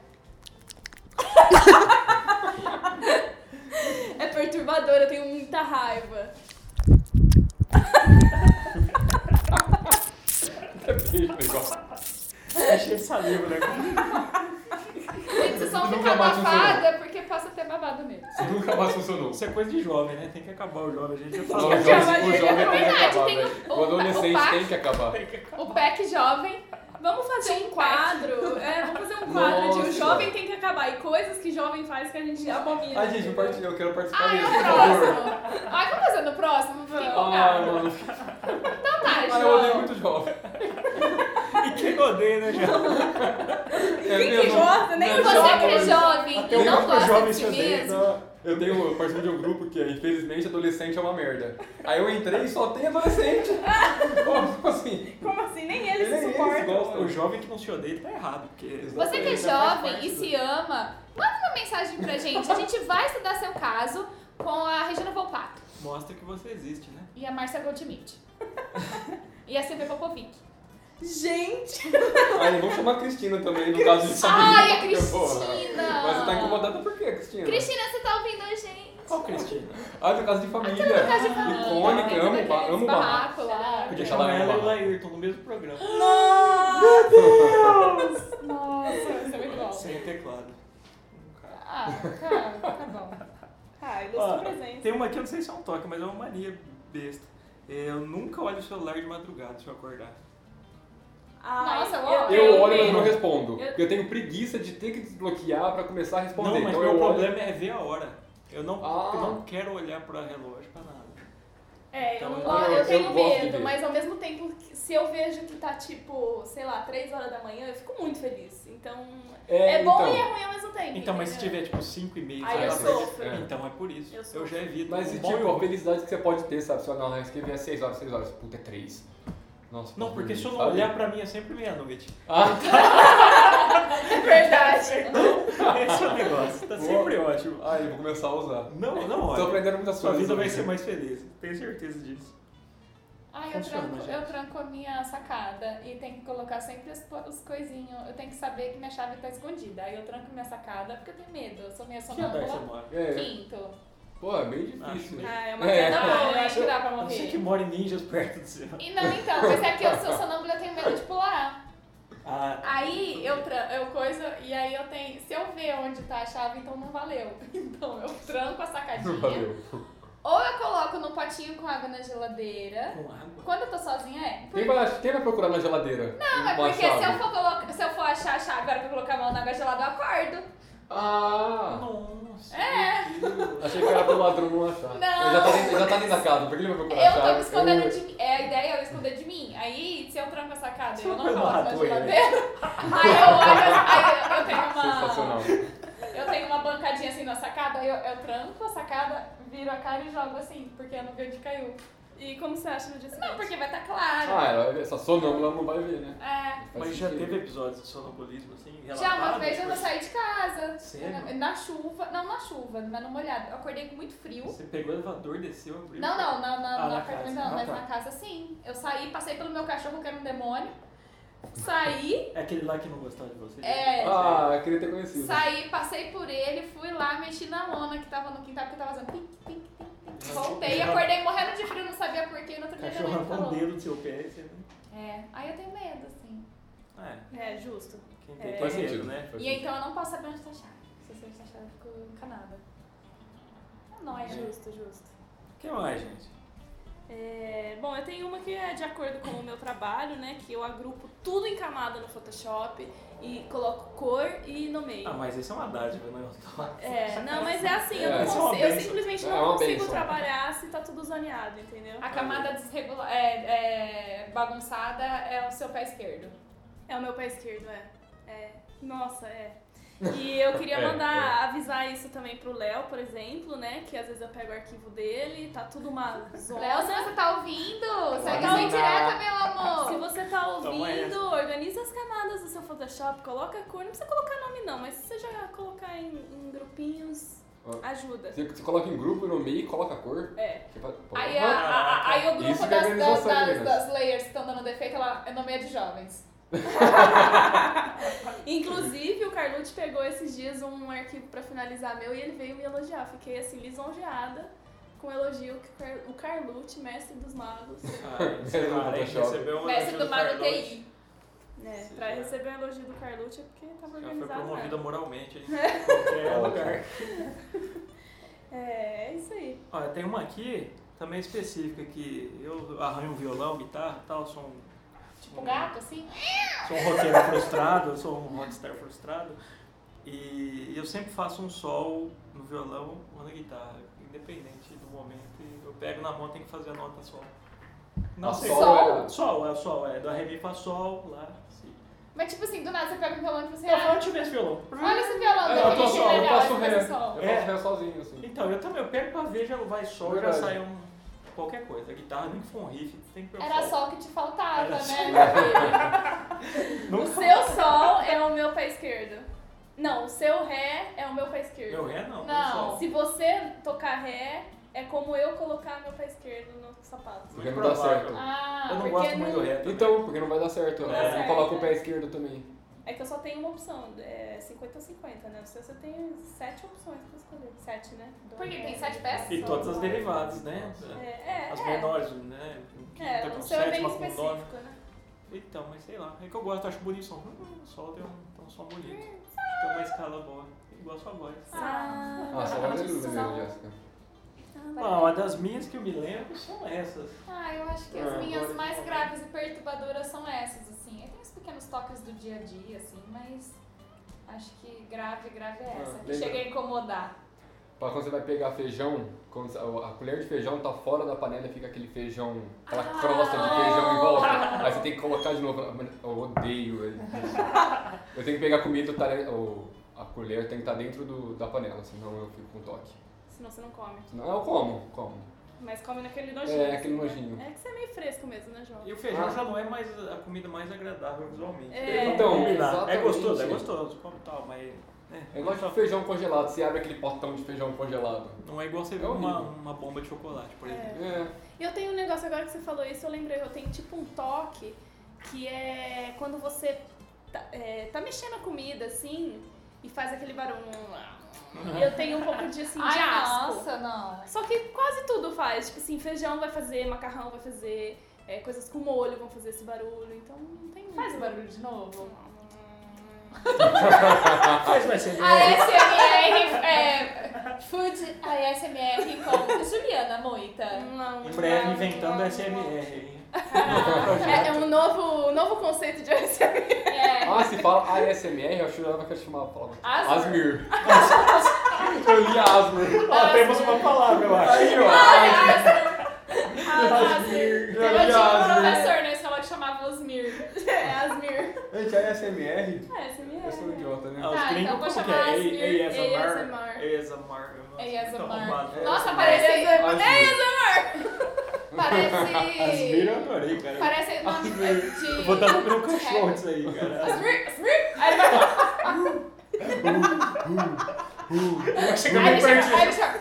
Speaker 4: É perturbador, eu tenho muita raiva.
Speaker 1: Cheio de saliva, né?
Speaker 2: Gente, vocês só
Speaker 3: Nunca
Speaker 2: ficar
Speaker 3: bate um
Speaker 2: babada porque passa até babada mesmo.
Speaker 3: Nunca mais funcionou.
Speaker 1: Isso é coisa de jovem, né? Tem que acabar o jovem, a gente já
Speaker 3: Não,
Speaker 1: falou.
Speaker 3: o jovem, o jovem tem que
Speaker 2: Verdade,
Speaker 3: acabar,
Speaker 2: tem o-
Speaker 3: velho.
Speaker 2: o-
Speaker 3: O adolescente
Speaker 2: o
Speaker 3: tem que acabar.
Speaker 2: O pack jovem.
Speaker 4: Vamos fazer um quadro. É, vamos fazer um quadro de
Speaker 3: Nossa.
Speaker 4: o jovem tem que acabar e coisas que jovem faz que a gente abomina.
Speaker 3: Ai, gente, eu, parti- eu quero participar
Speaker 2: Ah, é
Speaker 3: disso,
Speaker 2: o
Speaker 3: por favor.
Speaker 2: próximo. Ah, vamos fazer no próximo? Fiquei
Speaker 3: Ai,
Speaker 2: empolgada.
Speaker 3: mano.
Speaker 2: Então tá,
Speaker 3: Ai, eu odeio
Speaker 2: João.
Speaker 3: muito jovem.
Speaker 1: E quem odeia, né, já?
Speaker 3: É
Speaker 4: Quem que
Speaker 3: mesmo?
Speaker 4: gosta, nem
Speaker 3: Não,
Speaker 4: o
Speaker 2: Você
Speaker 4: jovem.
Speaker 2: que é jovem
Speaker 1: Até
Speaker 2: e
Speaker 1: o
Speaker 2: não
Speaker 1: único
Speaker 2: gosta
Speaker 1: jovem
Speaker 2: de si
Speaker 1: se odeia,
Speaker 2: mesmo.
Speaker 1: não.
Speaker 3: Eu tenho, eu participo de um grupo que, infelizmente, adolescente é uma merda. Aí eu entrei e só tem adolescente. Como assim?
Speaker 4: Como assim? Nem
Speaker 3: Eles,
Speaker 4: eles se
Speaker 3: eles
Speaker 4: suportam.
Speaker 3: gostam.
Speaker 1: O jovem que não se odeia tá errado, porque...
Speaker 2: Você que é jovem e se ama, manda uma mensagem pra gente. A gente vai estudar seu caso com a Regina Volpato
Speaker 1: Mostra que você existe, né?
Speaker 2: e a Márcia Goldschmidt. E a Silvia Popovic.
Speaker 4: Gente!
Speaker 3: Aí vamos chamar a Cristina também, no caso de família.
Speaker 2: Ai, a
Speaker 3: Porra.
Speaker 2: Cristina!
Speaker 3: Mas você tá incomodada por quê, Cristina?
Speaker 2: Cristina, você tá ouvindo a gente?
Speaker 1: Qual Cristina?
Speaker 3: Ah, no caso de família.
Speaker 2: Aquela casa Então, de família.
Speaker 3: Icônica,
Speaker 2: né?
Speaker 3: amo
Speaker 2: Daqueles
Speaker 3: ba- amo
Speaker 2: barraco lá.
Speaker 3: Podia
Speaker 1: Chama
Speaker 3: chamar
Speaker 1: ela e o
Speaker 3: ela.
Speaker 1: Laírton no mesmo programa.
Speaker 4: Nossa!
Speaker 2: Nossa, isso é muito bom.
Speaker 1: Sem teclado.
Speaker 2: Ah, tá, tá bom.
Speaker 4: Ai,
Speaker 1: Ó,
Speaker 4: ilustre presente.
Speaker 1: Ah, Tem uma aqui, eu não sei se é um toque, mas é uma mania besta. É, Eu nunca olho o celular de madrugada se eu acordar.
Speaker 4: Ai,
Speaker 2: Nossa,
Speaker 4: eu,
Speaker 2: eu-
Speaker 3: Eu olho, mas
Speaker 2: tenho.
Speaker 3: não respondo.
Speaker 4: Eu-
Speaker 3: Porque eu tenho preguiça de ter que desbloquear pra começar a responder.
Speaker 1: Não, mas
Speaker 3: então
Speaker 1: meu
Speaker 3: eu olho.
Speaker 1: problema é ver a hora. Eu não,
Speaker 3: Ah.
Speaker 1: eu não quero olhar pra relógio pra nada.
Speaker 4: É, eu, não
Speaker 1: Então,
Speaker 4: gosto-
Speaker 3: eu-
Speaker 4: eu
Speaker 3: eu
Speaker 4: tenho
Speaker 3: gosto de
Speaker 4: medo,
Speaker 3: ver.
Speaker 4: mas ao mesmo tempo, que- se eu vejo que tá tipo, sei lá, 3 horas da manhã, eu fico muito feliz. Então, é, bom
Speaker 3: então.
Speaker 4: e é ruim ao mesmo tempo.
Speaker 1: Então, mas se
Speaker 4: entendeu?
Speaker 1: tiver tipo 5 e meia,
Speaker 4: Aí
Speaker 1: sei
Speaker 4: eu
Speaker 1: lá,
Speaker 3: Ah,
Speaker 4: sofro.
Speaker 3: é.
Speaker 1: Então é por isso.
Speaker 4: Eu
Speaker 1: Eu,
Speaker 4: sou.
Speaker 1: já evito.
Speaker 3: Mas
Speaker 1: Um
Speaker 3: e
Speaker 1: bom
Speaker 3: tipo,
Speaker 1: e um
Speaker 3: a
Speaker 1: ruim.
Speaker 3: felicidade que você pode ter, sabe? Se eu não, eu escrevi às 6 horas, 6 horas, puta, é 3. Nossa,
Speaker 1: Não,
Speaker 3: pode
Speaker 1: porque
Speaker 3: dormir,
Speaker 1: se eu não
Speaker 3: sabe?
Speaker 1: olhar pra mim é sempre meia-noite.
Speaker 3: Ah,
Speaker 4: É verdade.
Speaker 1: Esse é o negócio. Tá
Speaker 3: Boa.
Speaker 1: sempre ótimo.
Speaker 3: aí eu vou começar a usar.
Speaker 1: Não, não
Speaker 3: Tô
Speaker 1: olha.
Speaker 3: aprendendo muitas
Speaker 1: Sua
Speaker 3: coisas.
Speaker 1: vida
Speaker 3: né?
Speaker 1: vai
Speaker 3: hoje.
Speaker 1: ser mais feliz. Tenho certeza disso.
Speaker 2: Ai, eu
Speaker 1: Funciona,
Speaker 2: tranco,
Speaker 1: gente.
Speaker 2: eu tranco a minha sacada e tenho que colocar sempre os, po- os coisinhos. Eu tenho que saber que minha chave tá escondida. Aí eu tranco minha sacada porque eu tenho medo. Eu sou meio
Speaker 1: Que andar você
Speaker 2: sonâmbula.
Speaker 1: mora?
Speaker 3: É,
Speaker 2: Quinto.
Speaker 3: pô, é bem
Speaker 1: Acho
Speaker 3: difícil.
Speaker 1: bem-
Speaker 4: Ah, é uma
Speaker 3: É.
Speaker 4: queda
Speaker 2: Não,
Speaker 4: boa,
Speaker 2: eu
Speaker 4: né?
Speaker 2: acho que dá pra
Speaker 1: Você que
Speaker 2: morrer.
Speaker 1: mora em ninjas perto do céu.
Speaker 2: E não, então, mas é que eu sou sonâmbula, eu tenho medo de pular.
Speaker 1: Ah,
Speaker 2: Aí eu, tra- eu coisa, e aí eu tenho. Se eu ver onde tá a chave, então não valeu. Então eu tranco a
Speaker 3: Não
Speaker 2: sacadinha.
Speaker 3: valeu.
Speaker 2: Ou eu coloco num potinho com água na geladeira.
Speaker 1: com água.
Speaker 2: Quando eu tô sozinha, é.
Speaker 3: Quem vai, quem vai procurar na geladeira? Um
Speaker 2: Não, é
Speaker 3: Uma
Speaker 2: porque se eu,
Speaker 3: chave?
Speaker 2: for colocar, se eu for achar a chave agora pra colocar a mão na água gelada, eu acordo.
Speaker 3: Ah,
Speaker 1: Nossa. É.
Speaker 3: achei que era pro ladrão não achar.
Speaker 2: Não.
Speaker 3: Ele já tá dentro, ele já tá dentro da casa, por que ele vai procurar Uh, a
Speaker 2: Eu tô
Speaker 3: chave?
Speaker 2: me escondendo de mim. É, a ideia é eu esconder de mim. Aí, se eu tranco essa casa e eu não
Speaker 1: Você não
Speaker 2: coloco na
Speaker 1: matou ele.
Speaker 2: geladeira, aí eu olho, aí eu- eu tenho
Speaker 3: Sensacional.
Speaker 2: uma... Eu tenho uma bancadinha assim na sacada, aí eu, eu tranco a sacada, viro a cara e jogo assim, porque eu não vi onde caiu.
Speaker 4: E como você acha no dia seguinte?
Speaker 2: Não, porque vai estar claro.
Speaker 3: Ah, ela, essa sonâmbula não vai ver, né?
Speaker 2: É.
Speaker 3: Faz
Speaker 1: Mas já
Speaker 3: sentido.
Speaker 1: teve episódios de sonambulismo assim?
Speaker 2: Já uma
Speaker 1: relatados?
Speaker 2: vez eu não saí de casa.
Speaker 1: Sério?
Speaker 2: Na, na chuva. Não, na chuva, mas não molhado. Eu acordei com muito frio.
Speaker 1: Você pegou o elevador, desceu, abriu.
Speaker 2: Não, não, na, na,
Speaker 1: Ah,
Speaker 2: no
Speaker 1: na casa.
Speaker 2: apartamento não,
Speaker 1: Ah,
Speaker 2: mas
Speaker 1: tá.
Speaker 2: na casa sim. Eu saí, passei pelo meu cachorro que era um demônio. Saí,
Speaker 1: É aquele lá que não gostava de você?
Speaker 2: É.
Speaker 3: Ah, eu queria ter conhecido.
Speaker 2: saí, passei por ele, fui lá, mexi na lona que tava no quintal, porque tava fazendo pink, pink, pink, pink. Voltei, acordei morrendo de frio, não sabia porquê, no outro dia minha
Speaker 1: Cachorro
Speaker 2: mãe
Speaker 1: com o
Speaker 2: falou.
Speaker 1: dedo do seu pé. Você... não-
Speaker 2: É, aí eu tenho medo, assim.
Speaker 1: Ah, é.
Speaker 4: É, justo.
Speaker 1: Quem tem
Speaker 4: É.
Speaker 1: tem
Speaker 3: Faz
Speaker 1: medo,
Speaker 3: sentido,
Speaker 1: né?
Speaker 3: Faz
Speaker 2: E
Speaker 3: sentido.
Speaker 2: então eu não posso saber onde tá a chave. Se eu sei onde tá a chave, eu fico encanada. É nóia.
Speaker 4: Justo, justo.
Speaker 1: O que mais, gente?
Speaker 4: É, bom, eu tenho uma que é de acordo com o meu trabalho, né? Que eu agrupo tudo em camada no Photoshop e coloco cor e nomeio.
Speaker 1: Ah, mas esse é uma dádiva, né?
Speaker 4: É, não, mas é assim, eu,
Speaker 3: É,
Speaker 4: não
Speaker 3: isso é
Speaker 1: uma
Speaker 4: consigo, eu
Speaker 1: benção.
Speaker 4: simplesmente
Speaker 3: É
Speaker 4: não
Speaker 3: uma
Speaker 4: consigo
Speaker 3: benção.
Speaker 4: trabalhar se tá tudo zoneado, entendeu?
Speaker 2: A camada desregula... é, é, bagunçada é o seu pé esquerdo.
Speaker 4: É o meu pé esquerdo, é. É. Nossa, é. E eu queria
Speaker 3: É,
Speaker 4: mandar avisar isso também pro Léo, por exemplo, né? Que às vezes eu pego o arquivo dele, tá tudo uma zona.
Speaker 2: Léo, se
Speaker 1: né?
Speaker 2: você tá ouvindo, segue
Speaker 3: Tá
Speaker 2: sem
Speaker 3: ouvindo.
Speaker 2: direta, meu amor.
Speaker 4: Se você tá
Speaker 1: Toma
Speaker 4: ouvindo,
Speaker 1: essa.
Speaker 4: organiza as camadas do seu Photoshop, coloca a cor, não precisa colocar nome não, mas se você já colocar em, em grupinhos,
Speaker 3: Ó.
Speaker 4: ajuda.
Speaker 3: Você, você coloca em grupo, nomeia e coloca a cor.
Speaker 4: É.
Speaker 3: Você faz- pô,
Speaker 2: Aí, a- a- a- aí o grupo
Speaker 3: Isso que é
Speaker 2: das, das,
Speaker 3: organização,
Speaker 2: das,
Speaker 3: meninas.
Speaker 2: das layers que estão dando defeito, ela é nomeia de jovens.
Speaker 4: Inclusive, o Carlucci pegou esses dias um arquivo pra finalizar meu e ele veio me elogiar. Fiquei assim, lisonjeada com o elogio que o Car- o Carlucci, mestre dos magos,
Speaker 1: Ah, sei
Speaker 3: Mestre do
Speaker 1: lá, a gente
Speaker 3: Photoshop.
Speaker 1: recebeu um
Speaker 2: Mestre
Speaker 1: elogio
Speaker 2: do Mago
Speaker 1: Cardoso.
Speaker 2: TI.
Speaker 4: né?
Speaker 1: Sim,
Speaker 4: Pra
Speaker 1: é.
Speaker 4: receber o elogio do Carlucci é porque tava
Speaker 1: Ela foi
Speaker 4: organizado.
Speaker 1: promovida
Speaker 4: né?
Speaker 1: moralmente em qualquer
Speaker 3: Ótimo.
Speaker 1: lugar.
Speaker 4: É, é isso aí.
Speaker 1: Olha, tem uma aqui, também específica, que eu arranho um violão, guitarra e tal, sou um,
Speaker 2: Tipo gato, assim.
Speaker 1: sou um roqueiro frustrado, eu sou um rockstar frustrado. E eu sempre faço um sol no violão ou na guitarra, independente do momento. e Eu pego na mão, tenho que fazer a nota sol. Não
Speaker 3: A
Speaker 1: sei.
Speaker 3: sol
Speaker 2: Sol?
Speaker 3: é-
Speaker 1: Sol, é o sol, é. Do arremi pra sol, lá. Sim.
Speaker 2: Mas tipo assim, do nada você pega um violão e você
Speaker 1: Eu falo,
Speaker 2: ah,
Speaker 1: deixa eu ver esse violão.
Speaker 2: olha esse violão,
Speaker 3: É,
Speaker 2: daqui
Speaker 3: eu tô
Speaker 2: que
Speaker 3: sol, eu
Speaker 2: legal,
Speaker 3: faço
Speaker 2: esse
Speaker 3: ré. Eu
Speaker 2: faz o
Speaker 3: faço
Speaker 2: sol.
Speaker 1: É.
Speaker 3: ré sozinho, assim.
Speaker 1: Então, eu também, eu pego pra ver, já vai sol, já
Speaker 3: Verdade.
Speaker 1: sai um. qualquer coisa. A guitarra, nem que for um riff, tem que pegar
Speaker 2: Era
Speaker 1: sol.
Speaker 2: só o que te faltava,
Speaker 1: Era
Speaker 2: né?
Speaker 1: só-
Speaker 2: filho?
Speaker 4: O
Speaker 1: Nunca
Speaker 4: seu sol é o meu pé esquerdo. Não, o seu ré é o meu pé esquerdo.
Speaker 1: Meu ré não,
Speaker 2: Não.
Speaker 1: meu sol.
Speaker 4: Se você tocar ré, é como eu colocar meu pé esquerdo no sapato.
Speaker 3: Porque não dá certo.
Speaker 2: Ah,
Speaker 1: Eu não
Speaker 2: porque
Speaker 1: gosto muito do ré. também. É.
Speaker 3: Então, porque não vai dar certo.
Speaker 1: Não
Speaker 3: Não,
Speaker 1: dá certo.
Speaker 3: coloca o pé esquerdo também.
Speaker 4: É que eu só tenho uma opção, é 50 ou 50, né? O seu você tem sete opções pra escolher. Sete, né? Do
Speaker 2: Porque
Speaker 4: ré.
Speaker 2: tem sete peças?
Speaker 1: E todas as derivadas,
Speaker 3: Ah,
Speaker 1: né?
Speaker 4: É, é.
Speaker 1: As
Speaker 4: é.
Speaker 1: menores, né?
Speaker 4: É,
Speaker 1: Quinta com
Speaker 4: o seu é bem
Speaker 1: sétima com nona.
Speaker 4: específico, né?
Speaker 1: Então, mas sei lá. É que eu gosto, eu acho bonito o som. Hum, o sol tem um, tem um som bonito. Tem uma escala boa. Igual a sua voz.
Speaker 4: Hum. Ah,
Speaker 3: Ah, só vai
Speaker 4: mas
Speaker 3: ver
Speaker 4: isso não.
Speaker 3: Jéssica.
Speaker 1: Bom, a das minhas que eu me lembro são essas.
Speaker 2: Ah, eu acho que
Speaker 1: Ah,
Speaker 2: as minhas
Speaker 1: agora-
Speaker 2: mais graves e perturbadoras são essas, assim. Eu tenho uns pequenos toques do dia a dia, assim, mas acho que grave, grave é essa.
Speaker 3: Ah,
Speaker 2: que
Speaker 3: lembra-
Speaker 2: chega a incomodar.
Speaker 3: Pra quando você vai pegar feijão, quando a a colher de feijão tá fora da panela e fica aquele feijão, aquela
Speaker 2: Ah.
Speaker 3: crosta de feijão em volta. Aí você tem que colocar de novo. Eu odeio. ele. Eu tenho que pegar a comida, o talher- o- a colher tem que estar dentro do- da panela, senão eu fico com toque.
Speaker 4: Senão você não come.
Speaker 3: Senão eu como, como.
Speaker 4: Mas come naquele nojinho.
Speaker 3: É, aquele
Speaker 4: assim, né?
Speaker 3: nojinho.
Speaker 4: É que você é meio fresco mesmo, né, João?
Speaker 1: E o feijão
Speaker 3: Ah.
Speaker 1: já não é mais a comida mais agradável visualmente.
Speaker 4: É,
Speaker 1: Vamos
Speaker 3: Então,
Speaker 1: combinar. é
Speaker 3: exatamente.
Speaker 1: gostoso, é gostoso, como tal, mas. né,
Speaker 3: É igual de feijão congelado, você abre aquele potão de feijão congelado.
Speaker 1: Não é igual você
Speaker 3: É
Speaker 1: ver uma,
Speaker 3: horrível.
Speaker 1: uma bomba de chocolate, por
Speaker 4: É.
Speaker 1: exemplo.
Speaker 3: É,
Speaker 4: E eu tenho um negócio agora que você falou isso, eu lembrei, eu tenho tipo um toque que é quando você tá, é, tá mexendo a comida assim e faz aquele barulho. Eu tenho um pouco de assim, de
Speaker 2: Ai,
Speaker 4: asco.
Speaker 2: nossa, não.
Speaker 4: Só que quase tudo faz, tipo assim, feijão vai fazer, macarrão vai fazer, é, coisas com molho vão fazer esse barulho, então não tem
Speaker 2: Faz o
Speaker 4: muito.
Speaker 2: barulho de novo.
Speaker 1: Faz mais sentido.
Speaker 4: Ah, é.
Speaker 1: né?
Speaker 2: ASMR, é, food ASMR com Juliana Moita.
Speaker 4: Não,
Speaker 1: Em breve
Speaker 4: não,
Speaker 1: inventando
Speaker 4: não,
Speaker 1: SMR, hein?
Speaker 4: não. É, é um novo, um novo conceito de ASMR.
Speaker 2: É,
Speaker 3: Ah, se fala ASMR, eu acho que ela vai chamar a palavra.
Speaker 2: Asmr.
Speaker 3: Asmir. Eu li Asmir.
Speaker 1: Ó, temos uma palavra, eu acho.
Speaker 3: Aí, ó.
Speaker 2: Asmir. Eu tinha um professor na escola que chamava Osmir.
Speaker 4: É, Asmir.
Speaker 3: Gente, a ASMR,
Speaker 4: É,
Speaker 3: eu sou um
Speaker 4: ASMR.
Speaker 3: idiota, né?
Speaker 1: Ah, os
Speaker 2: Tá,
Speaker 1: gringos,
Speaker 2: então vou
Speaker 1: como que
Speaker 2: chamar
Speaker 1: é?
Speaker 4: ASMR.
Speaker 1: ASMR. ASMR. Nossa, tá arrombado.
Speaker 2: ASMR. Nossa,
Speaker 4: Parece.
Speaker 2: parece.
Speaker 3: Asmir. Asmir eu
Speaker 2: Parece.
Speaker 3: adorei, cara.
Speaker 2: Parece nome de.
Speaker 1: Eu vou dar pro meu cachorro disso aí, cara.
Speaker 2: É. Asmir, Asmir. Aí ele vai-
Speaker 1: Vai chegar
Speaker 2: aí ele
Speaker 1: bem
Speaker 2: chega. Aí
Speaker 1: perto.
Speaker 2: ele chega.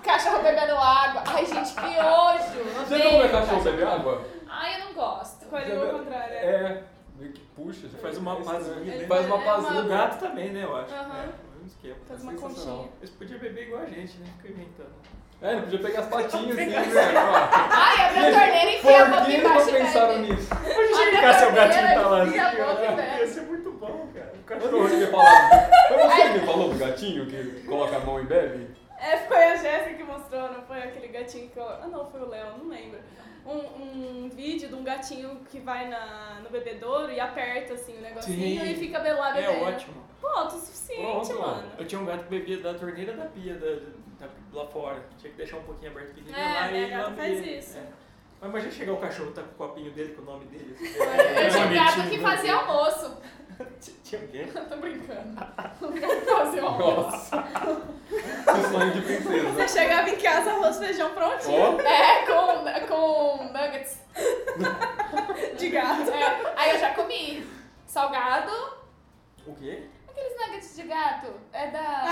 Speaker 2: Cachorro bebendo água. Ai, gente, que nojo. Não
Speaker 3: Você
Speaker 2: tem.
Speaker 3: não come cachorro beber água?
Speaker 2: Ai, eu não gosto.
Speaker 4: Escolheu ao contrário. é.
Speaker 3: É, meio que puxa.
Speaker 1: Faz uma
Speaker 3: é
Speaker 1: pazinha,
Speaker 3: estranho.
Speaker 1: né?
Speaker 3: Faz uma
Speaker 4: É
Speaker 1: E o
Speaker 3: pazinha.
Speaker 1: gato também, né, eu acho.
Speaker 4: Aham.
Speaker 1: É, um esquema.
Speaker 4: Faz uma
Speaker 3: Sensacional.
Speaker 4: conchinha.
Speaker 1: Eles podiam beber igual a gente, né? Fica inventando.
Speaker 3: É, ele podia pegar as patinhas assim, velho. ó.
Speaker 2: Ai, abre a torneira e enfia a
Speaker 3: Por
Speaker 2: boca
Speaker 3: que eles
Speaker 2: embaixo.
Speaker 3: não pensaram nisso?
Speaker 1: Podia
Speaker 2: Olha
Speaker 1: ficar
Speaker 2: a
Speaker 1: seu gatinho
Speaker 2: cadeira,
Speaker 1: tá lá.
Speaker 2: enfia a
Speaker 1: assim, ó.
Speaker 2: boca
Speaker 4: É.
Speaker 2: dentro.
Speaker 1: Ia ser muito bom, cara. O
Speaker 3: Foi você
Speaker 1: cachorro.
Speaker 3: que falou- foi né? você que me falou do gatinho que coloca a mão e bebe?
Speaker 4: É, foi a Jéssica que mostrou, não foi aquele gatinho que eu. Ah, não, foi o Léo, não lembro. Um, um vídeo de um gatinho que vai na, no bebedouro e aperta assim o negocinho
Speaker 1: Sim.
Speaker 4: e fica belar
Speaker 1: É
Speaker 4: bebendo.
Speaker 1: ótimo.
Speaker 4: Pô, autossuficiente,
Speaker 3: Pronto,
Speaker 4: mano.
Speaker 1: Eu tinha um gato que bebia da torneira da pia da, da- lá fora. Tinha que deixar um pouquinho aberto que ele ia
Speaker 4: É,
Speaker 1: lá
Speaker 4: minha
Speaker 1: e
Speaker 4: gata
Speaker 1: lambia.
Speaker 4: faz isso.
Speaker 1: É. Mas imagina chegar o cachorro tá com o copinho dele, com o nome dele. assim.
Speaker 2: Eu tinha um gato que
Speaker 1: Bonitinho.
Speaker 2: fazia almoço.
Speaker 1: Tinha alguém?
Speaker 2: Tô brincando. Fazia almoço.
Speaker 3: Nossa. Que é um sonho de princesa. né?
Speaker 4: Você chegava em casa, arroz, feijão prontinho
Speaker 3: Ó,
Speaker 2: É, com, com nuggets.
Speaker 4: de gato.
Speaker 2: É, aí eu já comi. Salgado.
Speaker 1: O quê?
Speaker 2: Aqueles nuggets de gato. É da.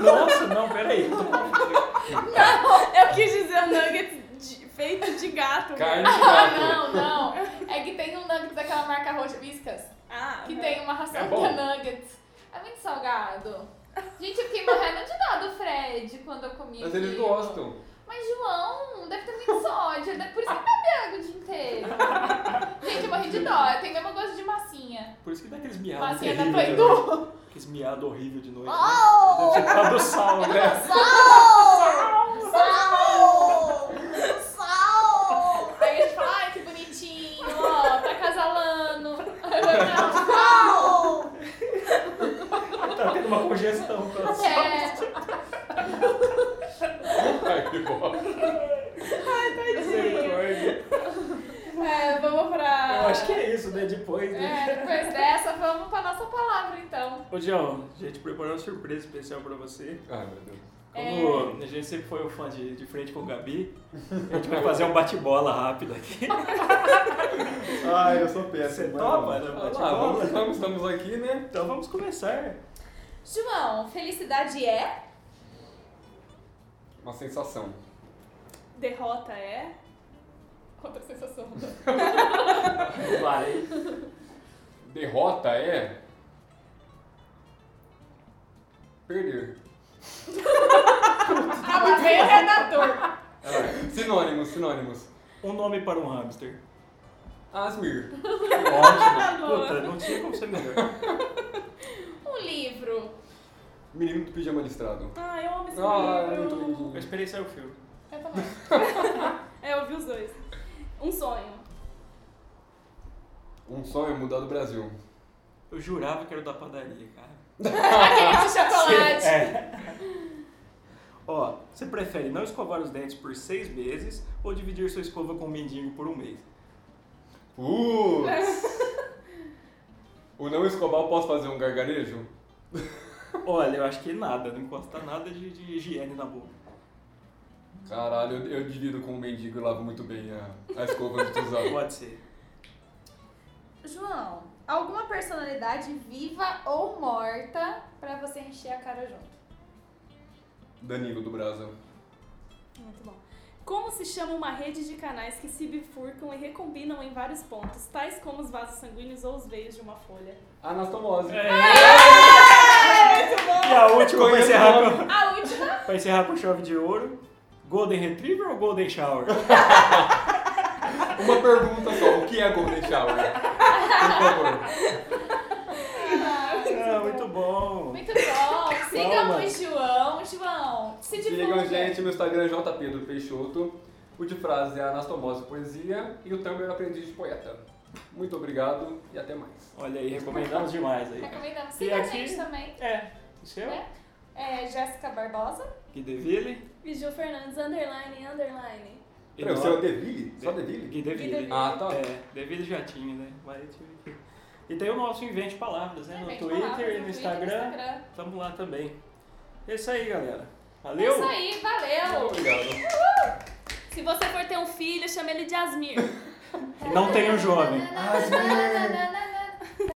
Speaker 1: Nossa, não, peraí. Tô confundindo.
Speaker 4: Eu quis dizer um nugget de- feito de gato.
Speaker 3: carne de
Speaker 2: Ah,
Speaker 3: gato.
Speaker 2: não, não. Tem um nuggets daquela marca roxa, Viscas,
Speaker 4: Ah,
Speaker 2: que
Speaker 4: né?
Speaker 2: tem uma ração
Speaker 3: É
Speaker 2: que
Speaker 3: bom.
Speaker 2: é nuggets. É muito salgado. Gente, eu fiquei morrendo de dó do Fred quando eu comi
Speaker 3: Mas eles
Speaker 2: aquilo.
Speaker 3: gostam.
Speaker 2: Mas, João, deve ter muito sódio. deve- Por isso que ele bebe água o dia inteiro. Gente, eu morri de dó. Eu tenho mesmo gosto de massinha.
Speaker 1: Por isso que dá aqueles
Speaker 3: É um
Speaker 1: miados
Speaker 2: Massinha da
Speaker 1: terríveis.
Speaker 2: Play
Speaker 1: de
Speaker 2: Doh.
Speaker 3: né?
Speaker 1: noite. Aqueles miados horríveis de noite. né?
Speaker 2: Oh!
Speaker 1: Deve ser por
Speaker 3: Tá
Speaker 1: causa do sal, né?
Speaker 2: Sal! Sal! Sal! Aí a gente fala, ai, que bonitinho, ó, tá casalando. Sal!
Speaker 1: Tá tendo uma congestão. tá Pra...
Speaker 2: É,
Speaker 3: Ai, que bom.
Speaker 1: Misericórdia.
Speaker 4: É, vamos pra.
Speaker 1: Eu acho que é isso, né? Depois, né?
Speaker 2: é, depois dessa, vamos pra nossa palavra, então.
Speaker 1: Ô, João, a gente preparou uma surpresa especial pra você.
Speaker 3: Ai, meu Deus.
Speaker 1: Como a gente sempre foi um fã de, de frente com o Gabi, a gente vai fazer um bate-bola rápido aqui.
Speaker 5: Ai, eu sou
Speaker 1: Você
Speaker 5: péssimo.
Speaker 1: topa, né?
Speaker 3: Vamos lá, vamos,
Speaker 1: Bate-bola?
Speaker 3: vamos, estamos aqui, né?
Speaker 1: Então vamos começar.
Speaker 2: João, felicidade é?
Speaker 3: Uma sensação.
Speaker 4: Derrota é.
Speaker 2: Outra sensação.
Speaker 1: Vai.
Speaker 3: Derrota é. Perder.
Speaker 2: Ah, lá vem o redator.
Speaker 3: Ah, sinônimos, sinônimos.
Speaker 1: Um nome para um hamster.
Speaker 3: Asmir.
Speaker 1: Ótimo. Puta, não tinha como ser melhor.
Speaker 2: Um livro.
Speaker 3: Menino do pijama listrado.
Speaker 4: Ah, eu amo esse
Speaker 3: Ah, é muito
Speaker 4: livro.
Speaker 1: Eu
Speaker 3: lindinho.
Speaker 1: esperei sair o filme.
Speaker 2: Eu também.
Speaker 4: É, eu vi os dois. Um sonho.
Speaker 3: Um sonho é mudar do Brasil.
Speaker 1: Eu jurava que era o da padaria, cara.
Speaker 2: Aquele de chocolate.
Speaker 1: É. Ó, você prefere não escovar os dentes por seis meses ou dividir sua escova com um mendigo por um mês?
Speaker 3: Putz! o não escobar, eu posso fazer um gargarejo?
Speaker 1: Olha, eu acho que nada, não encosta nada de, de higiene na boca.
Speaker 3: Caralho, eu, eu divido com o mendigo e lavo muito bem a, a escova antes de usar.
Speaker 1: Pode ser.
Speaker 2: João, alguma personalidade viva ou morta pra você encher a cara junto?
Speaker 3: Danilo do Brasa.
Speaker 4: Muito bom. Como se chama uma rede de canais que se bifurcam e recombinam em vários pontos, tais como os vasos sanguíneos ou os veios de uma folha?
Speaker 3: Anastomose.
Speaker 1: É! E a última vai
Speaker 3: Conheço
Speaker 1: encerrar,
Speaker 3: o nome.
Speaker 1: com,
Speaker 2: A última.
Speaker 1: vai encerrar com chove de ouro. Golden Retriever ou Golden Shower?
Speaker 3: Uma pergunta só, o que é Golden Shower? Por
Speaker 1: Ah, muito bom.
Speaker 2: Muito bom. Sigam
Speaker 1: Calma.
Speaker 2: o João. João, se
Speaker 3: favor. Sigam,
Speaker 2: divulga.
Speaker 3: gente, meu Instagram é jpedro peixoto. O de frase é Anastomose Poesia e o Tumblr é Aprendiz de Poeta. Muito obrigado e até mais.
Speaker 1: Olha aí, recomendamos demais aí.
Speaker 2: Recomendamos.
Speaker 1: E
Speaker 2: Siga a
Speaker 1: aqui?
Speaker 2: gente também.
Speaker 1: É, o seu?
Speaker 2: Né? É, Jéssica Barbosa.
Speaker 1: Gui Deville.
Speaker 4: E Gil Fernandes, underline, underline.
Speaker 1: E
Speaker 3: Peraí, o
Speaker 1: nós-
Speaker 3: seu é Deville? Só Deville?
Speaker 1: Gui Deville.
Speaker 3: Ah, tá.
Speaker 1: É, devido já tinha, né? Mas tive que- E tem o nosso Invente Palavras, né? No
Speaker 2: Invente
Speaker 1: Twitter
Speaker 2: Palavras,
Speaker 1: e no Instagram. Tamo lá também. É isso aí, galera.
Speaker 2: É
Speaker 1: Valeu!
Speaker 2: isso aí, valeu.
Speaker 3: Obrigado.
Speaker 4: Se você for ter um filho, chame ele de Asmir.
Speaker 1: E não tenham jovem.
Speaker 2: Nananana.